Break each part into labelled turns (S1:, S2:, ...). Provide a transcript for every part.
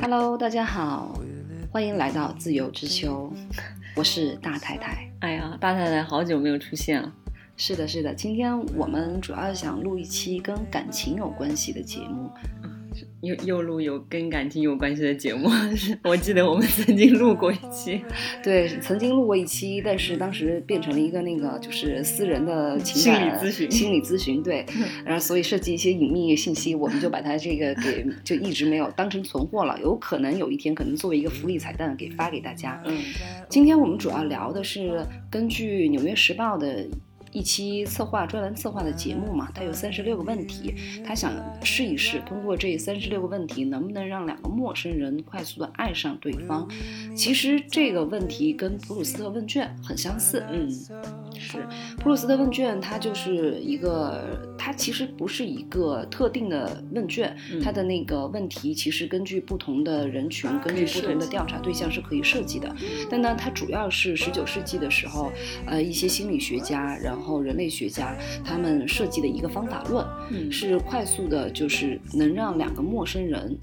S1: Hello，大家好，欢迎来到自由之秋，我是大太太。
S2: 哎呀，大太太好久没有出现了。
S1: 是的，是的，今天我们主要想录一期跟感情有关系的节目。
S2: 又又录有跟感情有关系的节目， 我记得我们曾经录过一期，
S1: 对，曾经录过一期，但是当时变成了一个那个就是私人的情
S2: 心理
S1: 感
S2: 咨询嗯
S1: 心理咨询对，然后所以涉及一些隐秘信息，我们就把它这个给就一直没有当成存货了，有可能有一天可能作为一个福利彩蛋给发给大家。
S2: 嗯，
S1: 今天我们主要聊的是根据《纽约时报》的。一期策划专栏策划的节目嘛，它有三十六个问题，他想试一试，通过这三十六个问题，能不能让两个陌生人快速的爱上对方？其实这个问题跟普鲁斯特问卷很相似，嗯，是普鲁斯特问卷，它就是一个，它其实不是一个特定的问卷，
S2: 嗯
S1: 它的那个问题其实根据不同的人群，根据
S2: 以
S1: 不
S2: 设
S1: 同的嗯
S2: 计
S1: 调查对象是可以设计的。但呢，它主要是十九世纪的时候，呃，一些心理学家，然后人类学家他们设计的一个方法论。
S2: 嗯
S1: 是快速的，就是能让两个陌生人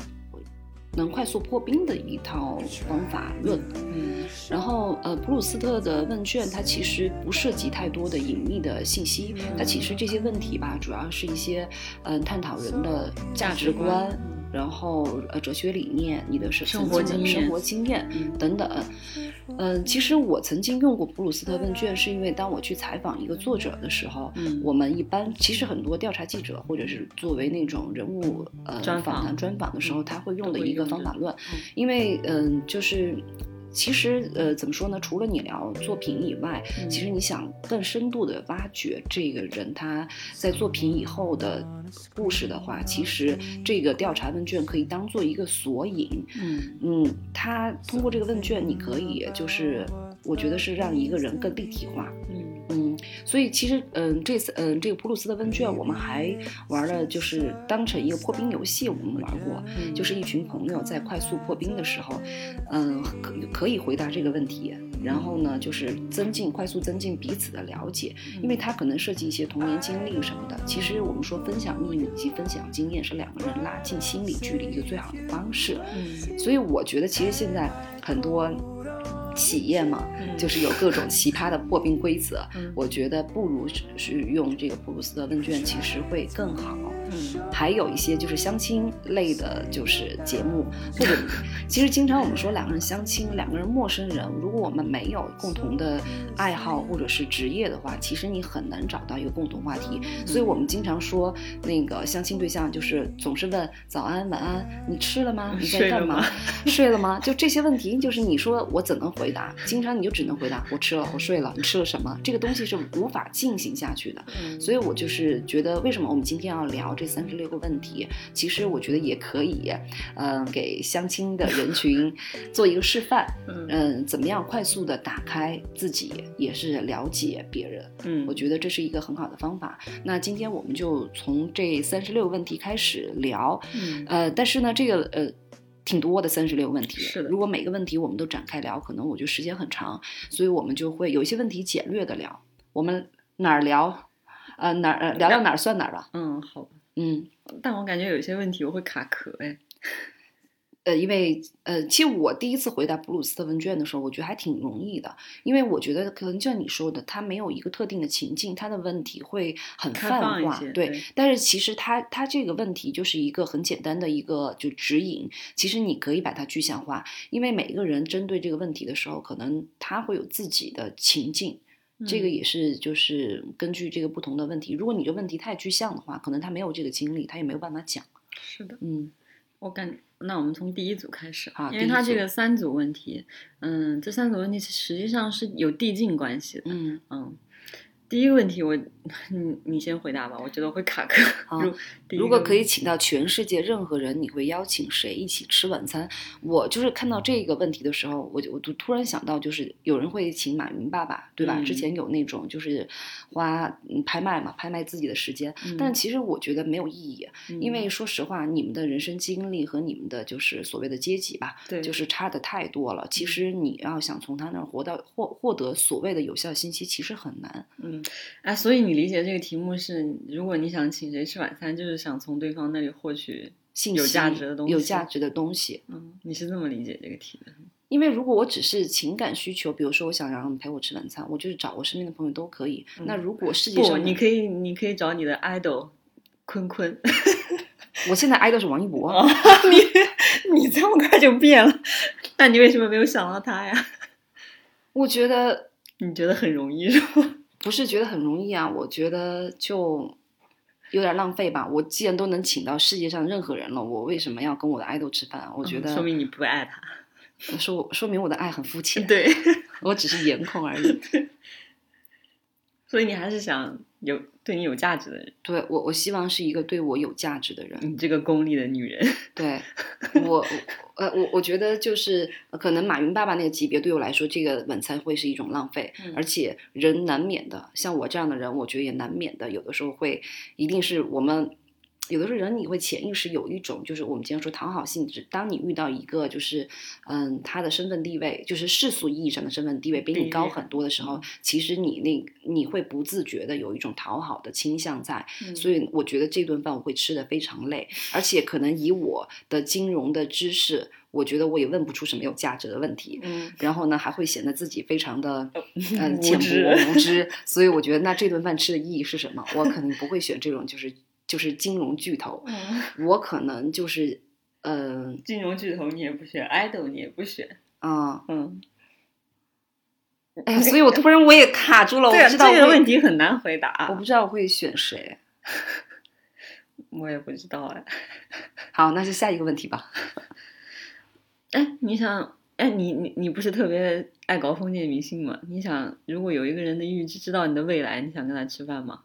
S1: 能快速破冰的一套方法论。
S2: 嗯
S1: 然后，呃，普鲁斯特的问卷它其实不涉及太多的隐秘的信息，它其实这些问题吧，主要是一些嗯、探讨人的价值观，然后呃哲学理念、你的生
S2: 生活
S1: 曾经的
S2: 经验
S1: 生活经验
S2: 嗯
S1: 等等。嗯，其实我曾经用过普鲁斯特问卷，是因为当我去采访一个作者的时候，
S2: 嗯
S1: 我们一般其实很多调查记者或者是作为那种人物呃
S2: 专访
S1: 访谈专访的时候，
S2: 嗯
S1: 他会用
S2: 都
S1: 的
S2: 会
S1: 一个
S2: 用
S1: 方
S2: 的
S1: 法论
S2: 嗯，
S1: 因为嗯、就是。其实，呃，怎么说呢？除了你聊作品以外，
S2: 嗯
S1: 其实你想更深度的挖掘这个人他在作品以后的故事的话，其实这个调查问卷可以当做一个索引，
S2: 嗯
S1: 嗯，他通过这个问卷，你可以就是，我觉得是让一个人更立体化。
S2: 嗯
S1: 嗯，所以其实，嗯，这次，嗯，这个普鲁斯的问卷，我们还玩了，就是当成一个破冰游戏，我们玩过，
S2: 嗯，
S1: 就是一群朋友在快速破冰的时候，嗯，可可以回答这个问题，然后呢，就是增进快速增进彼此的了解，因为它可能涉及一些童年经历什么的。其实我们说分享秘密以及分享经验是两个人拉近心理距离一个最好的方式。
S2: 嗯
S1: 所以我觉得，其实现在很多企业嘛，
S2: 嗯
S1: 就是有各种奇葩的破冰规则。
S2: 嗯
S1: 我觉得不如是是用这个普鲁斯特问卷，其实会更好。
S2: 嗯
S1: 还有一些就是相亲类的，就是节目，或者其实经常我们说两个人相亲，两个人陌生人，如果我们没有共同的爱好或者是职业的话，其实你很难找到一个共同话题。所以我们经常说，那个相亲对象就是总是问早安、晚安，你吃了吗？你在
S2: 睡
S1: 干
S2: 了
S1: 嘛
S2: 吗？
S1: 睡了吗？就这些问题，就是你说我怎能回答？经常你就只能回答我吃了，我睡了，你吃了什么？这个东西是无法进行下去的。
S2: 嗯，
S1: 所以我就是觉得，为什么我们今天要聊这三十六个问题？其实我觉得也可以，嗯、给相亲的人群做一个示范，
S2: 嗯
S1: 嗯、怎么样快速的打开自己，也是了解别人。
S2: 嗯，
S1: 我觉得这是一个很好的方法。那今天我们就从这三十六个问题开始聊，
S2: 嗯
S1: 呃，但是呢，这个呃。挺多的三十六问题，
S2: 是的
S1: 如果每个问题我们都展开聊，可能我觉得时间很长，所以我们就会有一些问题简略的聊，我们哪儿聊，呃哪儿呃聊到哪儿算哪儿吧，
S2: 嗯好吧，
S1: 嗯，
S2: 但我感觉有些问题我会卡壳哎，
S1: 呃，因为呃，其实我第一次回答普鲁斯特问卷的时候，我觉得还挺容易的，因为我觉得可能就像你说的，它没有一个特定的情境，它的问题会很
S2: 开
S1: 泛
S2: 放一
S1: 化
S2: 些，
S1: 对
S2: 对。
S1: 但是其实它它这个问题就是一个很简单的一个就指引，其实你可以把它具象化，因为每一个人针对这个问题的时候，可能他会有自己的情境，这个
S2: 嗯
S1: 也是就是根据这个不同的问题，如果你这问题太具象的话，可能他没有这个经历，他也没有办法讲，
S2: 是的，
S1: 嗯
S2: 我感那我们从第一组开始
S1: 啊
S2: 因
S1: 第
S2: 为
S1: 一
S2: 它这
S1: 组
S2: 个三组问题，嗯，这三组问题实际上是有递进关系的，
S1: 嗯。
S2: 嗯，第一个问题我，你你先回答吧，我觉得我会卡壳。
S1: 啊
S2: 如第一
S1: 如果
S2: 个
S1: 可以，请到全世界任何人，你会邀请谁一起吃晚餐？我就是看到这个问题的时候，我就我就突然想到，就是有人会请马云爸爸，对吧？
S2: 嗯
S1: 之前有那种就是花嗯拍卖嘛，拍卖自己的时间，
S2: 嗯，
S1: 但其实我觉得没有意义，
S2: 嗯
S1: 因为说实话，你们的人生经历和你们的就是所谓的阶级吧，
S2: 对
S1: 就是差的太多了。
S2: 嗯
S1: 其实你要想从他那儿活到获获得所谓的有效信息，其实很难。
S2: 嗯，哎，所以你理解这个题目是，如果你想请谁吃晚餐，就是想从对方那里获取
S1: 信息
S2: 有价值的东西
S1: 有价值的东西。
S2: 嗯，你是这么理解这个题的？
S1: 因为如果我只是情感需求，比如说我想让你陪我吃晚餐，我就是找我身边的朋友都可以。
S2: 嗯
S1: 那如果世界
S2: 不，
S1: 上
S2: 你可以，你可以找你的 idol 坤坤。
S1: 我现在爱豆是王一博，
S2: 哦，你你这么快就变了， 那你为什么没有想到他呀？
S1: 我觉得
S2: 你觉得很容易是吧？
S1: 不是觉得很容易啊，我觉得就有点浪费吧。我既然都能请到世界上任何人了，我为什么要跟我的爱豆吃饭？啊我觉得
S2: 嗯说明你不爱他。
S1: 说说明我的爱很 肤浅，
S2: 对，
S1: 我只是颜控而 已。
S2: 所以你还是想有对你有价值的人，
S1: 对我，我希望是一个对我有价值的人。
S2: 你这个功利的女人。
S1: 对我，呃，我我觉得就是呃可能马云爸爸那个级别对我来说，这个晚餐会是一种浪费，
S2: 嗯
S1: 而且人难免的，像我这样的人，我觉得也难免的，有的时候会，一定是我们。有的时候人你会潜意识有一种，就是我们经常说讨好性质。当你遇到一个就是，嗯，他的身份地位，就是世俗意义上的身份地位比
S2: 比
S1: 你
S2: 例
S1: 高很多的时候
S2: 嗯，
S1: 其实你那你会不自觉的有一种讨好的倾向在。 所
S2: 以
S1: 以我觉得这顿饭我会吃的非常累，而且可能以我的金融的知识，我觉得我也问不出什么有价值的问题。
S2: 嗯，
S1: 然后呢，还会显得自己非常的嗯
S2: 呃无
S1: 浅
S2: 知
S1: 薄无知，所以我觉得那这顿饭吃的意义是什么？我可能不会选这种就是就是金融巨头，
S2: 嗯
S1: 我可能就是嗯
S2: 金融巨头你也不选，idol 你也不选，
S1: 啊、
S2: 嗯，
S1: 哎呀，所以我突然我也卡住了，我
S2: 对
S1: 不
S2: 啊，
S1: 知道
S2: 这个
S1: 我会
S2: 问题很难回
S1: 我
S2: 答，
S1: 不知道我会选谁。
S2: 我也不知道哎。
S1: 好，那就下一个问题吧。
S2: 哎，你想，哎，你你你不是特别爱搞封建迷信吗？你想，如果有一个人的预知知道你的未来，你想跟他吃饭吗？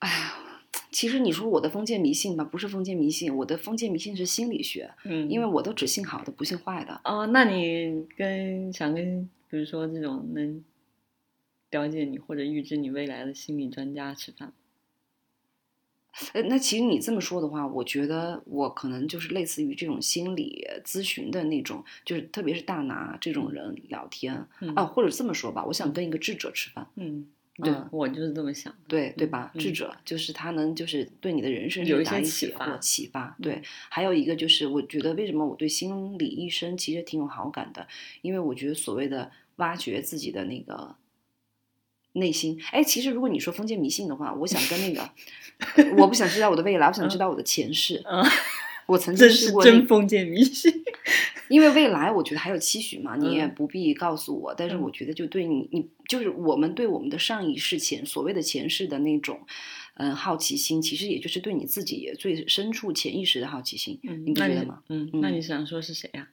S1: 哎呀，其实你说我的封建迷信吧，不是封建迷信，我的封建迷信是心理学，
S2: 嗯
S1: 因为我都只信好的，不信坏的。
S2: 哦，那你跟想跟，比如说这种能了解你或者预知你未来的心理专家吃饭吗，
S1: 呃，那其实你这么说的话，我觉得我可能就是类似于这种心理咨询的那种，就是特别是大拿这种人聊天
S2: 嗯
S1: 啊，或者这么说吧，我想跟一个智者吃饭，
S2: 嗯，对
S1: 嗯
S2: 我就是这么想的，
S1: 对对吧？
S2: 嗯
S1: 智者就是他能就是对你的人生
S2: 有一
S1: 打
S2: 些
S1: 一
S2: 启
S1: 些
S2: 发嗯
S1: 或启发，对。还有一个就是，我觉得为什么我对心理医生其实挺有好感的，因为我觉得所谓的挖掘自己的那个内心，哎，其实如果你说封建迷信的话，我想跟那 个，我不想知道我的未来，我想知道我的前世。
S2: 嗯，
S1: 我曾经
S2: 真
S1: 试
S2: 是
S1: 过那
S2: 真封建迷信，
S1: 因为未来我觉得还有期许嘛，你也
S2: 嗯
S1: 不必告诉我，但是
S2: 嗯
S1: 我觉得就对你，你就是我们对我们的上一世前所谓的前世的那种，嗯，好奇心，其实也就是对你自己最深处潜意识的好奇心，
S2: 嗯
S1: 你不
S2: 那
S1: 觉
S2: 你
S1: 得吗？？
S2: 嗯，
S1: 嗯
S2: 那你想说是谁啊呀？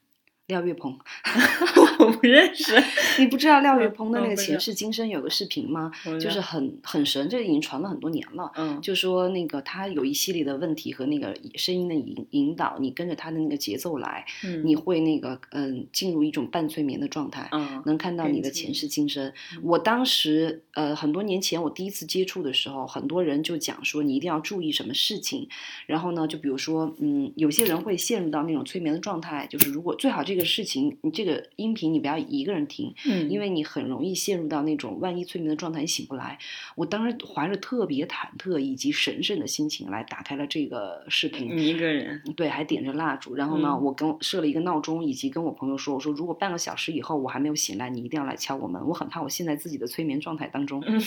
S1: 廖月鹏，
S2: 我不认识，
S1: 你不知道廖月鹏的
S2: 嗯
S1: 那个
S2: 不知
S1: 前
S2: 道嗯
S1: 世今生有个视频吗？
S2: 我不知
S1: 就是
S2: 道
S1: 很很神，这已经传了很多年了。
S2: 嗯，
S1: 就说那个他有一系列的问题和那个声音的引引导，你跟着他的那个节奏来，
S2: 嗯
S1: 你会那个嗯进入一种半催眠的状态。
S2: 嗯
S1: 能看到
S2: 更
S1: 你的
S2: 近
S1: 前世今生。我当时呃很多年前我第一次接触的时候，很多人就讲说你一定要注意什么事情，然后呢，就比如说嗯，有些人会陷入到那种催眠的状态，就是如果最好这个事情，你这个音频你不要一个人听，
S2: 嗯，
S1: 因为你很容易陷入到那种万一催眠的状态，你醒不来。我当时怀着特别忐忑以及神圣的心情来打开了这个视频，
S2: 嗯你一个人，
S1: 对，还点着蜡烛。然后呢，
S2: 嗯
S1: 我跟设了一个闹钟，以及跟我朋友说，我说如果半个小时以后我还没有醒来，你一定要来敲我门。我很怕我陷在自己的催眠状态当中。
S2: 嗯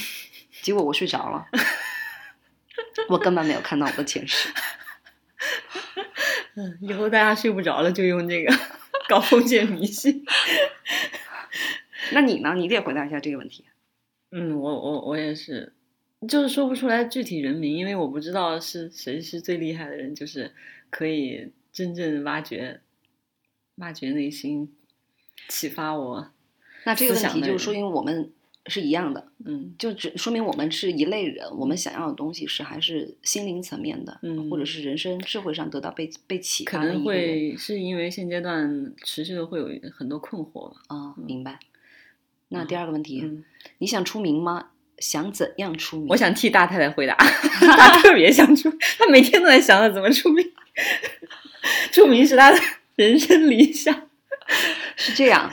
S1: 结果我睡着 了，我根本没有看到我的前世。
S2: 嗯，以后大家睡不着了就用这个搞封建迷信。
S1: 那你呢？你得回答一下这个问题。
S2: 嗯，我我我也是，就是说不出来具体人名，因为我不知道是谁是最厉害的人，就是可以真正挖掘、挖掘内心，启发我。
S1: 那这个
S2: 思
S1: 问
S2: 想
S1: 题
S2: 的
S1: 就
S2: 人
S1: 说明我们是一样的，
S2: 嗯
S1: 就只说明我们是一类人，我们想要的东西是还是心灵层面的，
S2: 嗯，
S1: 或者是人生智慧上得到被被启
S2: 可
S1: 发的
S2: 能
S1: 一个人
S2: 会是因为现阶段持续的会有很多困惑吧。
S1: 啊、明白。那第
S2: 嗯
S1: 二个问题，
S2: 嗯，
S1: 你想出名吗？想怎样出名？
S2: 我想替大太太回答， 她特别想出，她每天都在想着怎么出名， 出名是她的人生理想。
S1: 是这样，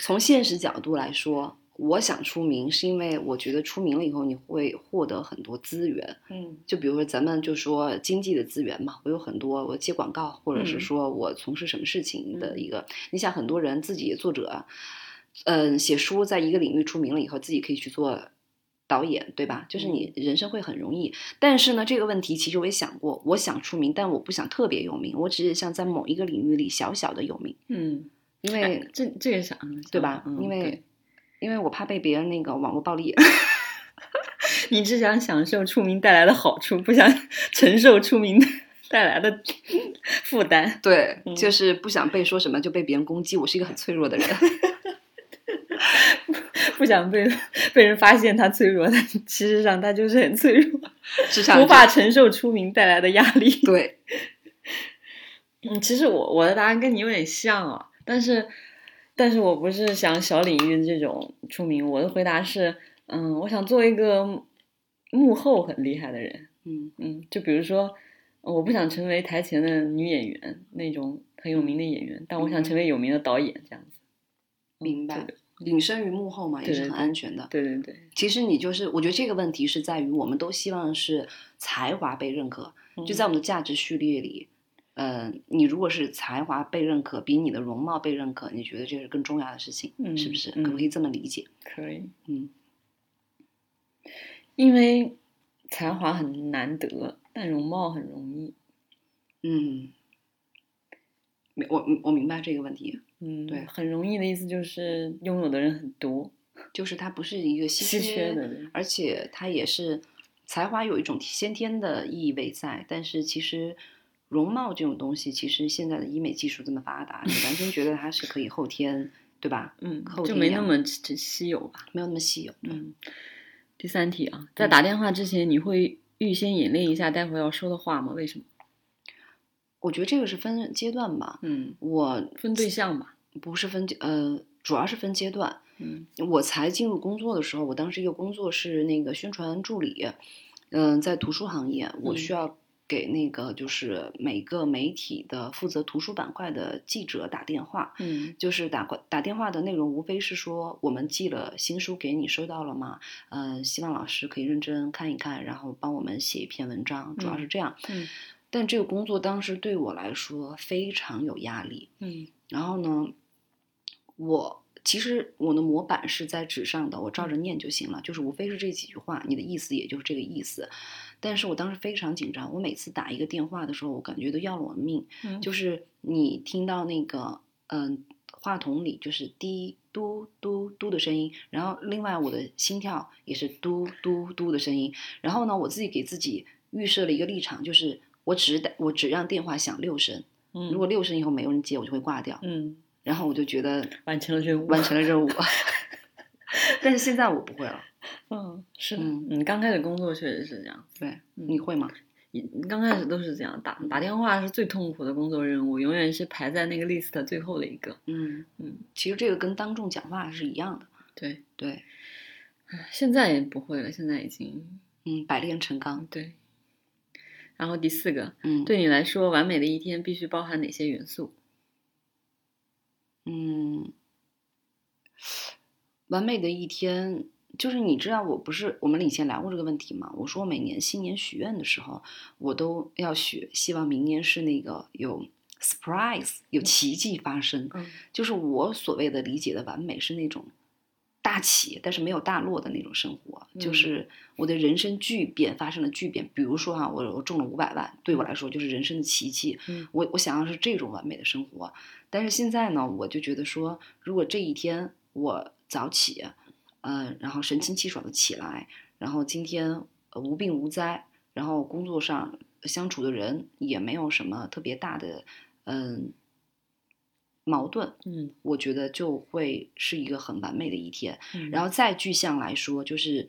S1: 从现实角度来说，我想出名是因为我觉得出名了以后你会获得很多资源，
S2: 嗯
S1: 就比如说咱们就说经济的资源嘛，我有很多我接广告，或者是
S2: 嗯
S1: 说我从事什么事情的一个，你想很多人自己作者，嗯，写书在一个领域出名了以后，自己可以去做。导演对吧？就是你
S2: 嗯
S1: 人生会很容易，但是呢，这个问题其实我也想过，我想出名，但我不想特别有名，我只是想在某一个领域里小小的有名，
S2: 嗯，
S1: 因
S2: 哎
S1: 为
S2: 这这也想
S1: 对吧？
S2: 嗯
S1: 因为
S2: 对
S1: 因为我怕被别人那个网络暴 力，
S2: 你只想享受出名带来的好处，不想 承受出名带来的 负担。
S1: 对，
S2: 嗯
S1: 就是不想被说什么就被别人攻击。我是一个很脆弱的 人，
S2: 不想被被人发现他脆弱，但其实上他就是很脆弱，
S1: 职场
S2: 无法承受出名带来的压力。
S1: 对，
S2: 嗯，其实我我的答案跟你有点像啊，但是，但是我不是想小领域这种出名，我的回答是，嗯，我想做一个幕幕后很厉害的人，
S1: 嗯
S2: 嗯，就比如说，呃我不想成为台前的女演员那种很有名的演员，但我想成为有名的导演这样子。嗯
S1: 明白
S2: 这个
S1: 隐身于幕后嘛，也
S2: 对
S1: 是
S2: 对
S1: 很
S2: 对
S1: 安全的。
S2: 对对对，
S1: 其实你就是，我觉得这个问题是在于我们都希望是才华被认可，就
S2: 嗯
S1: 在我们的价值序列里。呃，你如果是才华被认可，比你的容貌被认可，你觉得这是更重要的事情，
S2: 嗯
S1: 是不是？
S2: 嗯
S1: 可不可以这么理解？
S2: 可以，
S1: 嗯，
S2: 因为才华很难得，但容貌很容易。
S1: 嗯，没我我明白这个问题，
S2: 嗯，
S1: 对
S2: 很容易的意思就是拥有的人很多，
S1: 就是它不是一个稀
S2: 稀缺的人。
S1: 而且它也是才华有一种先天的意味在，但是其实容貌这种东西，其实现在的医美技术这么发达，你完全觉得它是可以后天，对吧？
S2: 嗯
S1: 后，
S2: 就
S1: 天
S2: 没
S1: 呀
S2: 那么稀稀有吧。
S1: 没有那么稀有。
S2: 嗯，第三题啊，在打电话之前，你会预先演练一下待会儿要说的话吗？为什么？
S1: 我觉得这个是分阶段吧，
S2: 嗯，
S1: 我
S2: 分对象吧。
S1: 不是分阶呃，主要是分阶段。
S2: 嗯
S1: 我才进入工作的时候，我当时一个工作是那个宣传助理，嗯、在图书行业，我
S2: 嗯
S1: 需要给那个就是每个媒体的负责图书板块的记者打电话，
S2: 嗯
S1: 就是打过打电话的内容无非是说我们寄了新书给你，收到了吗？嗯、希望老师可以认真看一看，然后帮我们写一篇文章，主要
S2: 嗯
S1: 是这样。
S2: 嗯
S1: 但这个工作当时对我来说非常有压力，
S2: 嗯
S1: 然后呢，我其实我的模板是在纸上的，我照着念就行了，就是无非是这几句话，你的意思也就是这个意思。但是我当时非常紧张，我每次打一个电话的时候，我感觉都要了我的命。
S2: 嗯
S1: 就是你听到那个嗯、话筒里就是滴嘟嘟嘟的声音，然后另外我的心跳也是嘟嘟嘟的声音，然后呢，我自己给自己预设了一个立场，就是我只打我只让电话响六声。
S2: 嗯，
S1: 如果六声以后没有人接，我就会挂掉。
S2: 嗯
S1: 然后我就觉得
S2: 完成了任务，
S1: 完成了任务， 但是现在我不会了。
S2: 嗯是的
S1: 嗯
S2: 嗯，刚开始工作确实是这样，
S1: 对，
S2: 嗯
S1: 你会吗？
S2: 你刚开始都是这样，打打电话是最痛苦的工作任务，永远是排在那个 list 最后的一个。
S1: 嗯
S2: 嗯，
S1: 其实这个跟当众讲话是一样的。
S2: 对，
S1: 对，
S2: 唉现在也不会了，现在已经
S1: 嗯，百炼成钢。
S2: 对。然后第四个，
S1: 嗯，，
S2: 对你来说，完美的一天必须包含哪些元素？
S1: 嗯，完美的一天。就是你知道，我不是我们以前聊过这个问题嘛？我说我每年新年许愿的时候，我都要许，希望明年是那个有 surprise，有奇迹发生。
S2: 嗯
S1: 就是我所谓的理解的完美是那种大起但是没有大落的那种生活，就
S2: 嗯
S1: 是我的人生巨变发生了巨变。比如说哈、我我中了五百万，对我来说就是人生的奇迹。
S2: 嗯
S1: 我我想要是这种完美的生活，但是现在呢，我就觉得说，如果这一天我早起，呃，然后神清气爽的起来，然后今天呃无病无灾，然后工作上相处的人也没有什么特别大的嗯矛盾，
S2: 嗯
S1: 我觉得就会是一个很完美的一天。
S2: 嗯
S1: 然后再具象来说，就是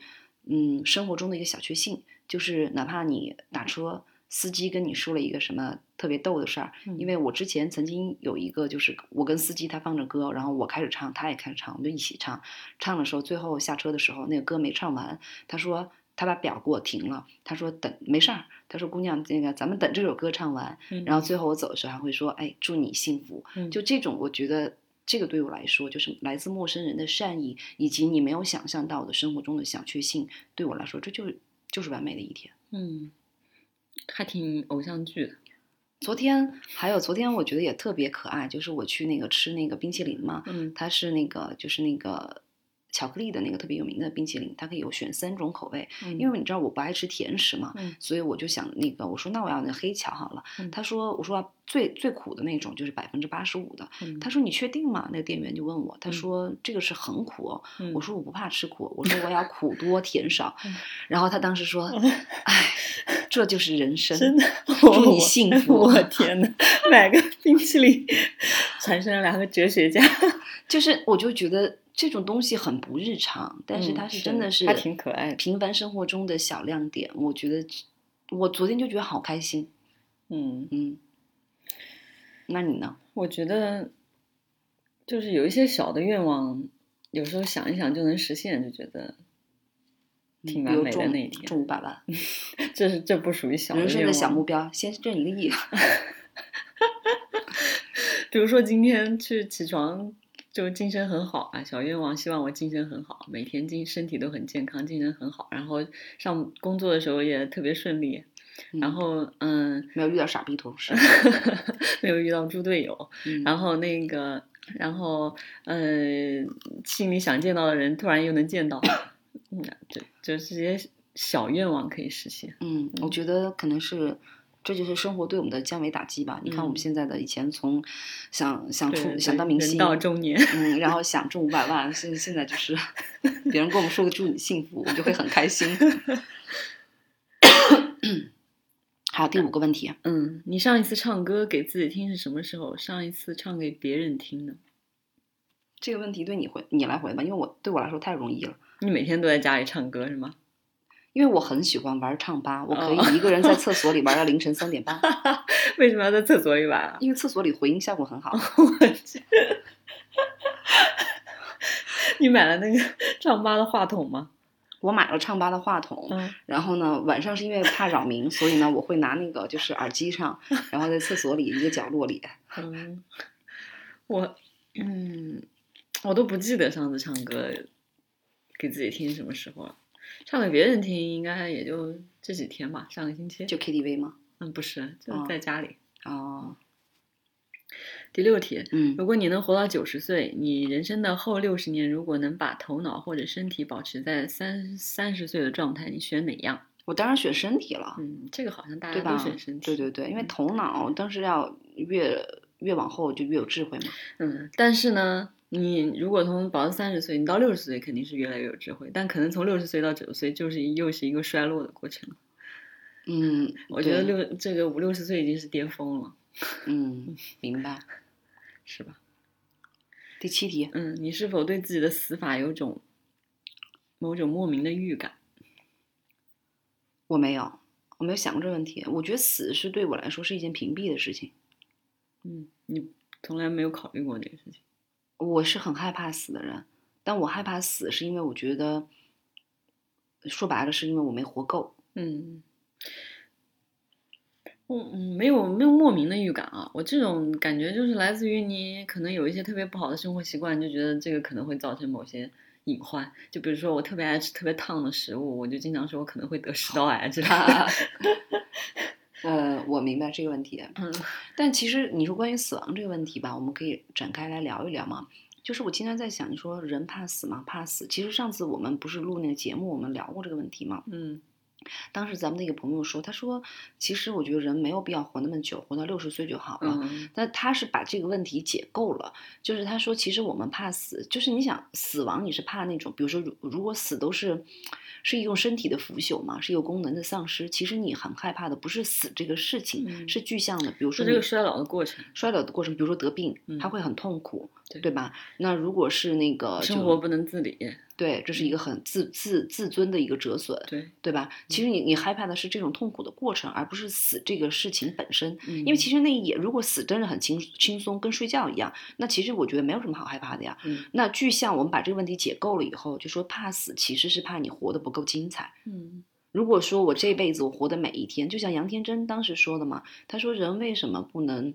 S1: 嗯，生活中的一个小确幸，就是哪怕你打车，司机跟你说了一个什么特别逗的事儿，
S2: 嗯
S1: 因为我之前曾经有一个，就是我跟司机他放着歌，然后我开始唱，他也开始唱，我们就一起唱。唱的时候，最后下车的时候，那个歌没唱完，他说他把表给我停了，他说等没事儿，他说姑娘，那个咱们等这首歌唱完，
S2: 嗯
S1: 然后最后我走的时候还会说，哎，祝你幸福。
S2: 嗯
S1: 就这种，我觉得这个对我来说，就是来自陌生人的善意，以及你没有想象到的生活中的小确幸，对我来说，这就是就是完美的一天。
S2: 嗯，还挺偶像剧的。
S1: 昨天还有昨天，我觉得也特别可爱，就是我去那个吃那个冰淇淋嘛，
S2: 嗯
S1: 它是那个就是那个巧克力的那个特别有名的冰淇淋，它可以有选三种口味，
S2: 嗯
S1: 因为你知道我不爱吃甜食嘛，
S2: 嗯
S1: 所以我就想那个我说那我要那黑巧好了，
S2: 嗯
S1: 他说我说、啊、最最苦的那种就是百分之八十五的，
S2: 嗯
S1: 他说你确定吗？那个店员就问我，他
S2: 嗯
S1: 说这个是很苦哦，
S2: 嗯
S1: 我说我不怕吃苦，我说我要苦多甜少，然后他当时 说，哎，这就是人生，
S2: 真的，
S1: 祝你幸福
S2: 我天呐，买个冰淇淋，产生了两个哲学家，
S1: 就是我就觉得这种东西很不日常，但是
S2: 嗯
S1: 它是
S2: 是
S1: 真的是呃
S2: 它挺可爱的
S1: 平凡生活中的小亮点。我觉得我昨天就觉得好开心，
S2: 嗯，
S1: 嗯。那你呢？
S2: 我觉得就是有一些小的愿望，有时候想一想就能实现，就觉得挺
S1: 嗯比
S2: 完
S1: 如
S2: 美的
S1: 中
S2: 那一天。
S1: 中五百万，
S2: 这是这不属于小的
S1: 人生
S2: 愿
S1: 的
S2: 望。
S1: 小目标，先挣 一个亿。
S2: 比如说今天去起床就精神很好啊，小愿望希望我精神很好，每天精身体都很健康，精神很好，然后上工作的时候也特别顺利，然
S1: 嗯
S2: 后嗯，
S1: 没有遇到傻逼同事，
S2: 没有遇到猪队友，
S1: 嗯
S2: 然后那个，然后呃，心里想见到的人突然又能见到，嗯，就就是这些小愿望可以实现，
S1: 嗯，我觉得可能是，这就是生活对我们的降维打击吧。你看我们
S2: 嗯
S1: 现在的以前从想想出
S2: 对，
S1: 想当
S2: 人
S1: 明星，
S2: 到中年，
S1: 嗯，然后想中五百万，现现在就是别人跟我们说个祝你幸福，我就会很开 心。好，第五个问题，
S2: 嗯，你上一次唱歌给自己听是什么时候？上一次唱给别人听呢？
S1: 这个问题对你回你来回吧，因为我对我来说太容易了，
S2: 你每天都在家里唱歌是吗？
S1: 因为我很喜欢玩唱吧，我可
S2: 哦
S1: 以一个人 在厕所里玩到凌晨三点半，
S2: 为什么要在厕所里玩啊？
S1: 因为厕所里回音效果很好。
S2: 我去！你买了那个 唱吧的话筒吗？
S1: 我买了唱吧的话筒，
S2: 嗯，
S1: 然后呢，晚上是因为怕扰民，所以呢，我会拿那个就是耳机上，然后在厕所里一个角落里，
S2: 嗯， 我嗯，我都不记得上次唱歌给自己听什么时候了。唱给别人听应该也就这几天吧，上个星期。
S1: 就 KTV 吗？
S2: 嗯，不是，就
S1: 哦
S2: 在家里。
S1: 哦，
S2: 第六题，
S1: 嗯，
S2: 如果你能活到九十岁，你人生的后六十年如果能把头脑或者身体保持在三三十岁的状态，你选哪样？
S1: 我当然选身体了。
S2: 嗯，这个好像大
S1: 对
S2: 家都
S1: 吧
S2: 选身？体。
S1: 对对对，因为
S2: 嗯
S1: 头脑当时要越越往后就越有智慧嘛。
S2: 嗯，但是呢，你如果从保持三十岁，你到六十岁肯定是越来越有智慧，但可能从六十岁到九十岁就是一又是一个衰落的过程。
S1: 嗯，
S2: 我觉得
S1: 对
S2: 六这个五六十岁已经是巅峰了，
S1: 嗯，明白。
S2: 是吧？
S1: 第七题，
S2: 嗯，你是否对自己的死法有种某种莫名的预感？
S1: 我没有，我没有想过这个问题。我觉得死是对我来说是一件屏蔽的事情，
S2: 嗯，你从来没有考虑过这个事情。
S1: 我是很害怕死的人，但我害怕死是因为我觉得，说白了是因为我没活 够。
S2: 嗯，我嗯没有没有莫名的预感啊，我这种感觉就是来自于你可能有一些特别不好的生活习惯，就觉得这个可能会造成某些隐患。就比如说我特别爱吃特别烫的食物，我就经常说我可能会得食道癌之类的。
S1: 呃，我明白这个问题，
S2: 嗯
S1: 但其实你说关于死亡这个问题吧，我们可以展开来聊一聊嘛。就是我经常在想，你说人怕死吗？怕死。其实上次我们不是录那个节目，我们聊过这个问题嘛。
S2: 嗯
S1: 当时咱们那个朋友说，他说，其实我觉得人没有必要活那么久，活到六十岁就好了。
S2: 嗯
S1: 那他是把这个问题解构了，就是他说，其实我们怕死，就是你想死亡，你是怕那种，比如说如如果死都是是一种身体的腐朽嘛，是一个功能的丧失，其实你很害怕的不是死这个事情，
S2: 嗯
S1: 是具象的，比如
S2: 是
S1: 说
S2: 这个
S1: 你
S2: 衰老的过程，
S1: 衰老的过程，比如说得病，
S2: 嗯
S1: 他会很痛苦，
S2: 对
S1: 对吧？那如果是那个就
S2: 生活不能自理，
S1: 对，这是一个很自自自尊的一个折损，
S2: 对，
S1: 对吧？其
S2: 嗯
S1: 实你你害怕的是这种痛苦的过程，而不是死这个事情本身。
S2: 因
S1: 因为其实那也如果死真的很轻轻松，跟睡觉一样，那其实我觉得没有什么好害怕的呀。
S2: 嗯
S1: 那具象我们把这个问题解构了以后，就说怕死其实是怕你活得不够精彩。
S2: 嗯
S1: 如果说我这辈子我活的每一天，就像杨天真当时说的嘛，他说人为什么不能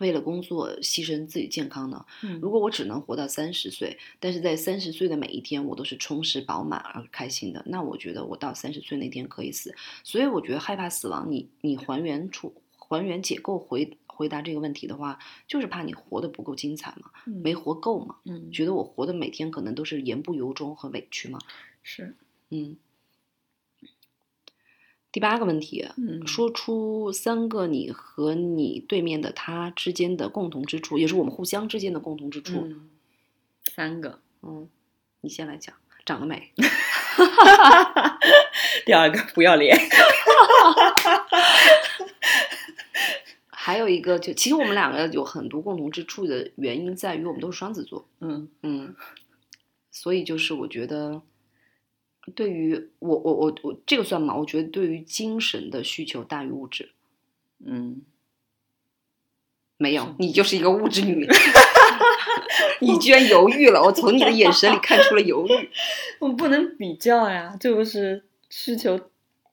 S1: 为了工作牺牲自己健康呢？
S2: 嗯
S1: 如果我只能活到三十岁，但是在三十岁的每一天，我都是充实、饱满而开心的，那我觉得我到三十岁那天可以死。所以我觉得害怕死亡，你你还原出还原解构回回答这个问题的话，就是怕你活得不够精彩嘛，
S2: 嗯
S1: 没活够嘛，
S2: 嗯
S1: 觉得我活的每天可能都是言不由衷和委屈嘛。
S2: 是
S1: 嗯，第八个问题，
S2: 嗯
S1: 说出三个你和你对面的他之间的共同之处，也是我们互相之间的共同之处。
S2: 嗯三个，
S1: 嗯，你先来讲，长得美，
S2: 第二个不要脸，
S1: 还有一个就其实我们两个有很多共同之处的原因在于我们都是双子座，
S2: 嗯
S1: 嗯，所以就是我觉得。对于我，我我我这个算吗？我觉得对于精神的需求大于物质，
S2: 嗯，
S1: 没
S2: 是
S1: 有，你就是一个物质女。 你居然犹豫了，我从你的眼神里看出了犹豫。
S2: 我们不能比较呀，这不是需求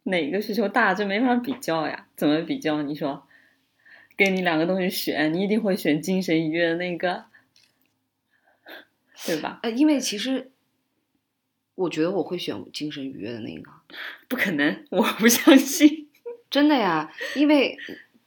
S2: 哪个需求大，这没法比较呀，怎么比较？你说，给你两个东西选，你一定会选精神愉悦的那个，对 吧？
S1: 呃，因为其实我觉得我会选精神愉悦的那个，
S2: 不可能，我不相信。
S1: 真的呀，因为。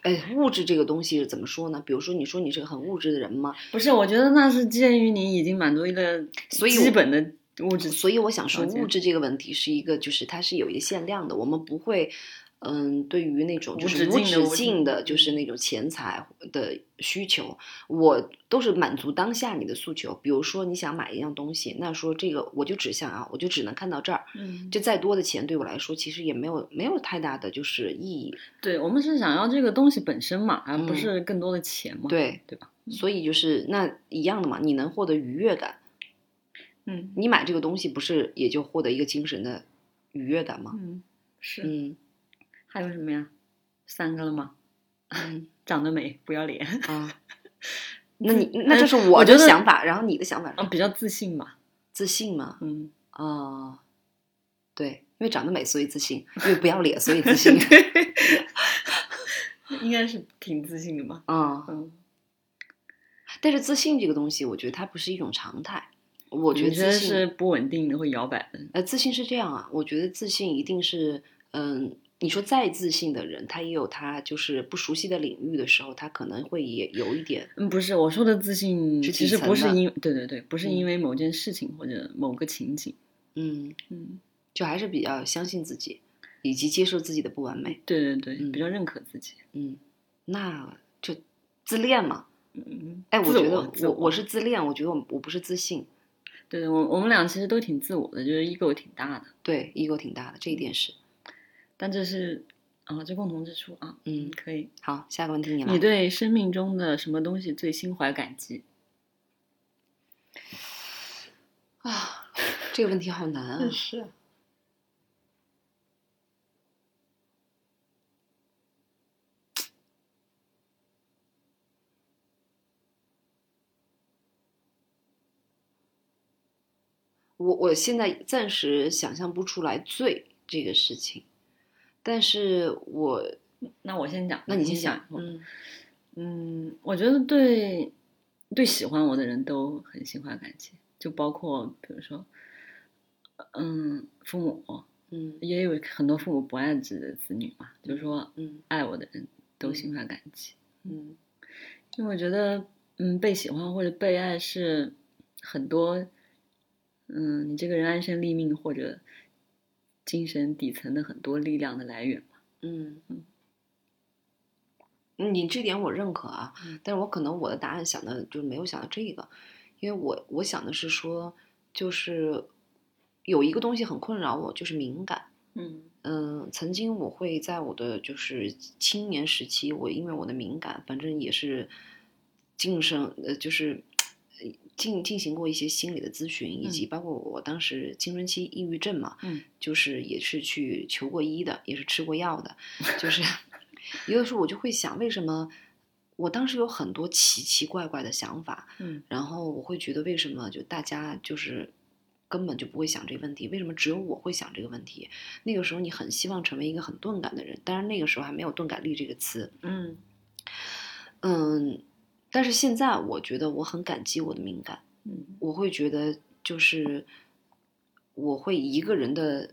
S1: 哎，物质这个东西怎么说呢？比如说，你说你是个很物质的人嘛，
S2: 不是，我觉得那是基于你已经满足了
S1: 所以
S2: 基
S1: 我
S2: 本的物质，
S1: 所以我想说，
S2: 了解
S1: 物质这个问题是一个，就是它是有一个限量的，我们不会，嗯，对于那种
S2: 无
S1: 就是
S2: 止
S1: 无
S2: 境的
S1: 止
S2: 物质嗯
S1: 境的，就是那种钱财的需求，我都是满足当下你的诉求。比如说你想买一样东西，那说这个我就只想啊要，我就只能看到这儿，
S2: 嗯，
S1: 这再多的钱对我来说其实也没有没有太大的就是意义，
S2: 对我们是想要这个东西本身嘛，而不
S1: 嗯
S2: 是更多的钱嘛。，
S1: 对
S2: 对吧？
S1: 所以就是那一样的嘛，你能获得愉悦感，
S2: 嗯
S1: 你买这个东西不是也就获得一个精神的愉悦感吗？
S2: 嗯，是。
S1: 嗯
S2: 还有什么呀？三个了吗？
S1: 嗯
S2: 长得美，不要脸，
S1: 啊，那你那这是我
S2: 嗯我觉
S1: 的
S2: 得
S1: 想法，然后你的想法是
S2: 啊，比较自信吧。
S1: 自信嘛？
S2: 嗯，。
S1: 啊、对，因为长得美所以自信，因为不要脸所以自信
S2: 对，应该是挺自信的吧。
S1: 嗯，
S2: 嗯，
S1: 但是自信这个东西，我觉得它不是一种常态。我
S2: 我
S1: 觉得自信
S2: 是不稳定的，会摇摆的。
S1: 呃，自信是这样啊，我觉得自信一定是，嗯，你说再自信的人，他也有他就是不熟悉的领域的时候，他可能会也有一点，
S2: 嗯，不是我说的自信，
S1: 是
S2: 其
S1: 底
S2: 实
S1: 层
S2: 不是
S1: 的
S2: 因对对对，不是
S1: 嗯
S2: 因为某件事情或者某个情景。
S1: 嗯，
S2: 嗯，
S1: 就还是比较相信自己，以及接受自己的不完美，
S2: 对对对，
S1: 嗯
S2: 比较认可自己。
S1: 嗯，那就自恋嘛。
S2: 嗯，
S1: 哎，我
S2: 自
S1: 觉
S2: 我
S1: 得
S2: 自
S1: 我
S2: 我
S1: 我是自恋，我觉得我我不是自信，
S2: 对对，我我们俩其实都挺自我的，就是 ego 挺大的，
S1: 对，ego 挺大的，这一点是。嗯
S2: 但这是啊，这共同之处啊，
S1: 嗯
S2: 可以。
S1: 好，下个问题你来。
S2: 你对生命中的什么东西最心怀感激？
S1: 啊，这个问题好难啊。
S2: 是，
S1: 我我现在暂时想象不出来醉这个事情，但是我，
S2: 那我先讲，
S1: 那你先
S2: 想
S1: 想，。
S2: 嗯
S1: 嗯
S2: 嗯，我觉得对对喜欢我的人都很心怀感激，就包括比如说，嗯，父母
S1: 嗯
S2: 也有很多父母不爱自己的子女嘛，就是说
S1: 嗯
S2: 爱我的人都心怀感激。
S1: 嗯
S2: 因为我觉得，嗯，被喜欢或者被爱是很多，嗯，你这个人安身立命或者精神底层的很多力量的来源吧。
S1: 嗯嗯，你这点我认可啊，但是我可能我的答案想的就是没有想到这个，因为我我想的是说，就是有一个东西很困扰我，就是敏感。
S2: 嗯
S1: 嗯，曾经我会在我的就是青年时期，我因为我的敏感，反正也是晋升呃，就是呃进进行过一些心理的咨询，以及包括我当时青春期抑郁症嘛，
S2: 嗯
S1: 就是也是去求过医的，也是吃过药的，就是 有的时候我就会想，为什么我当时有很多奇奇怪怪的想法，
S2: 嗯
S1: 然后我会觉得为什么就大家就是根本就不会想这个问题，为什么只有我会想这个问题？那个时候你很希望成为一个很钝感的人，当然那个时候还没有钝感力这个词，
S2: 嗯
S1: 嗯，但是现在我觉得我很感激我的敏感，
S2: 嗯
S1: 我会觉得就是我会一个人的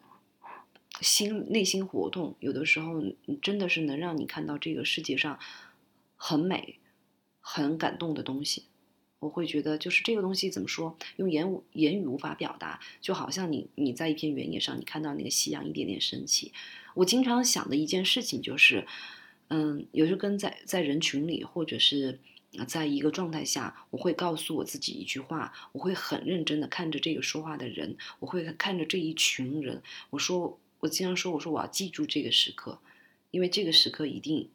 S1: 心内心活动，有的时候真的是能让你看到这个世界上很美、很感动的东西。我会觉得，就是这个东西怎么说，用言无言语无法表达，就好像你你在一片原野上，你看到那个夕阳一点点升起。我经常想的一件事情就是，嗯，有时候跟在在人群里，或者是呃在一个状态下，我会告诉我自己一句话，我会很认真的看着这个说话的人，我会看着这一群人，我说，我经常说，我说我要记住这个时刻，因为这个时刻一定。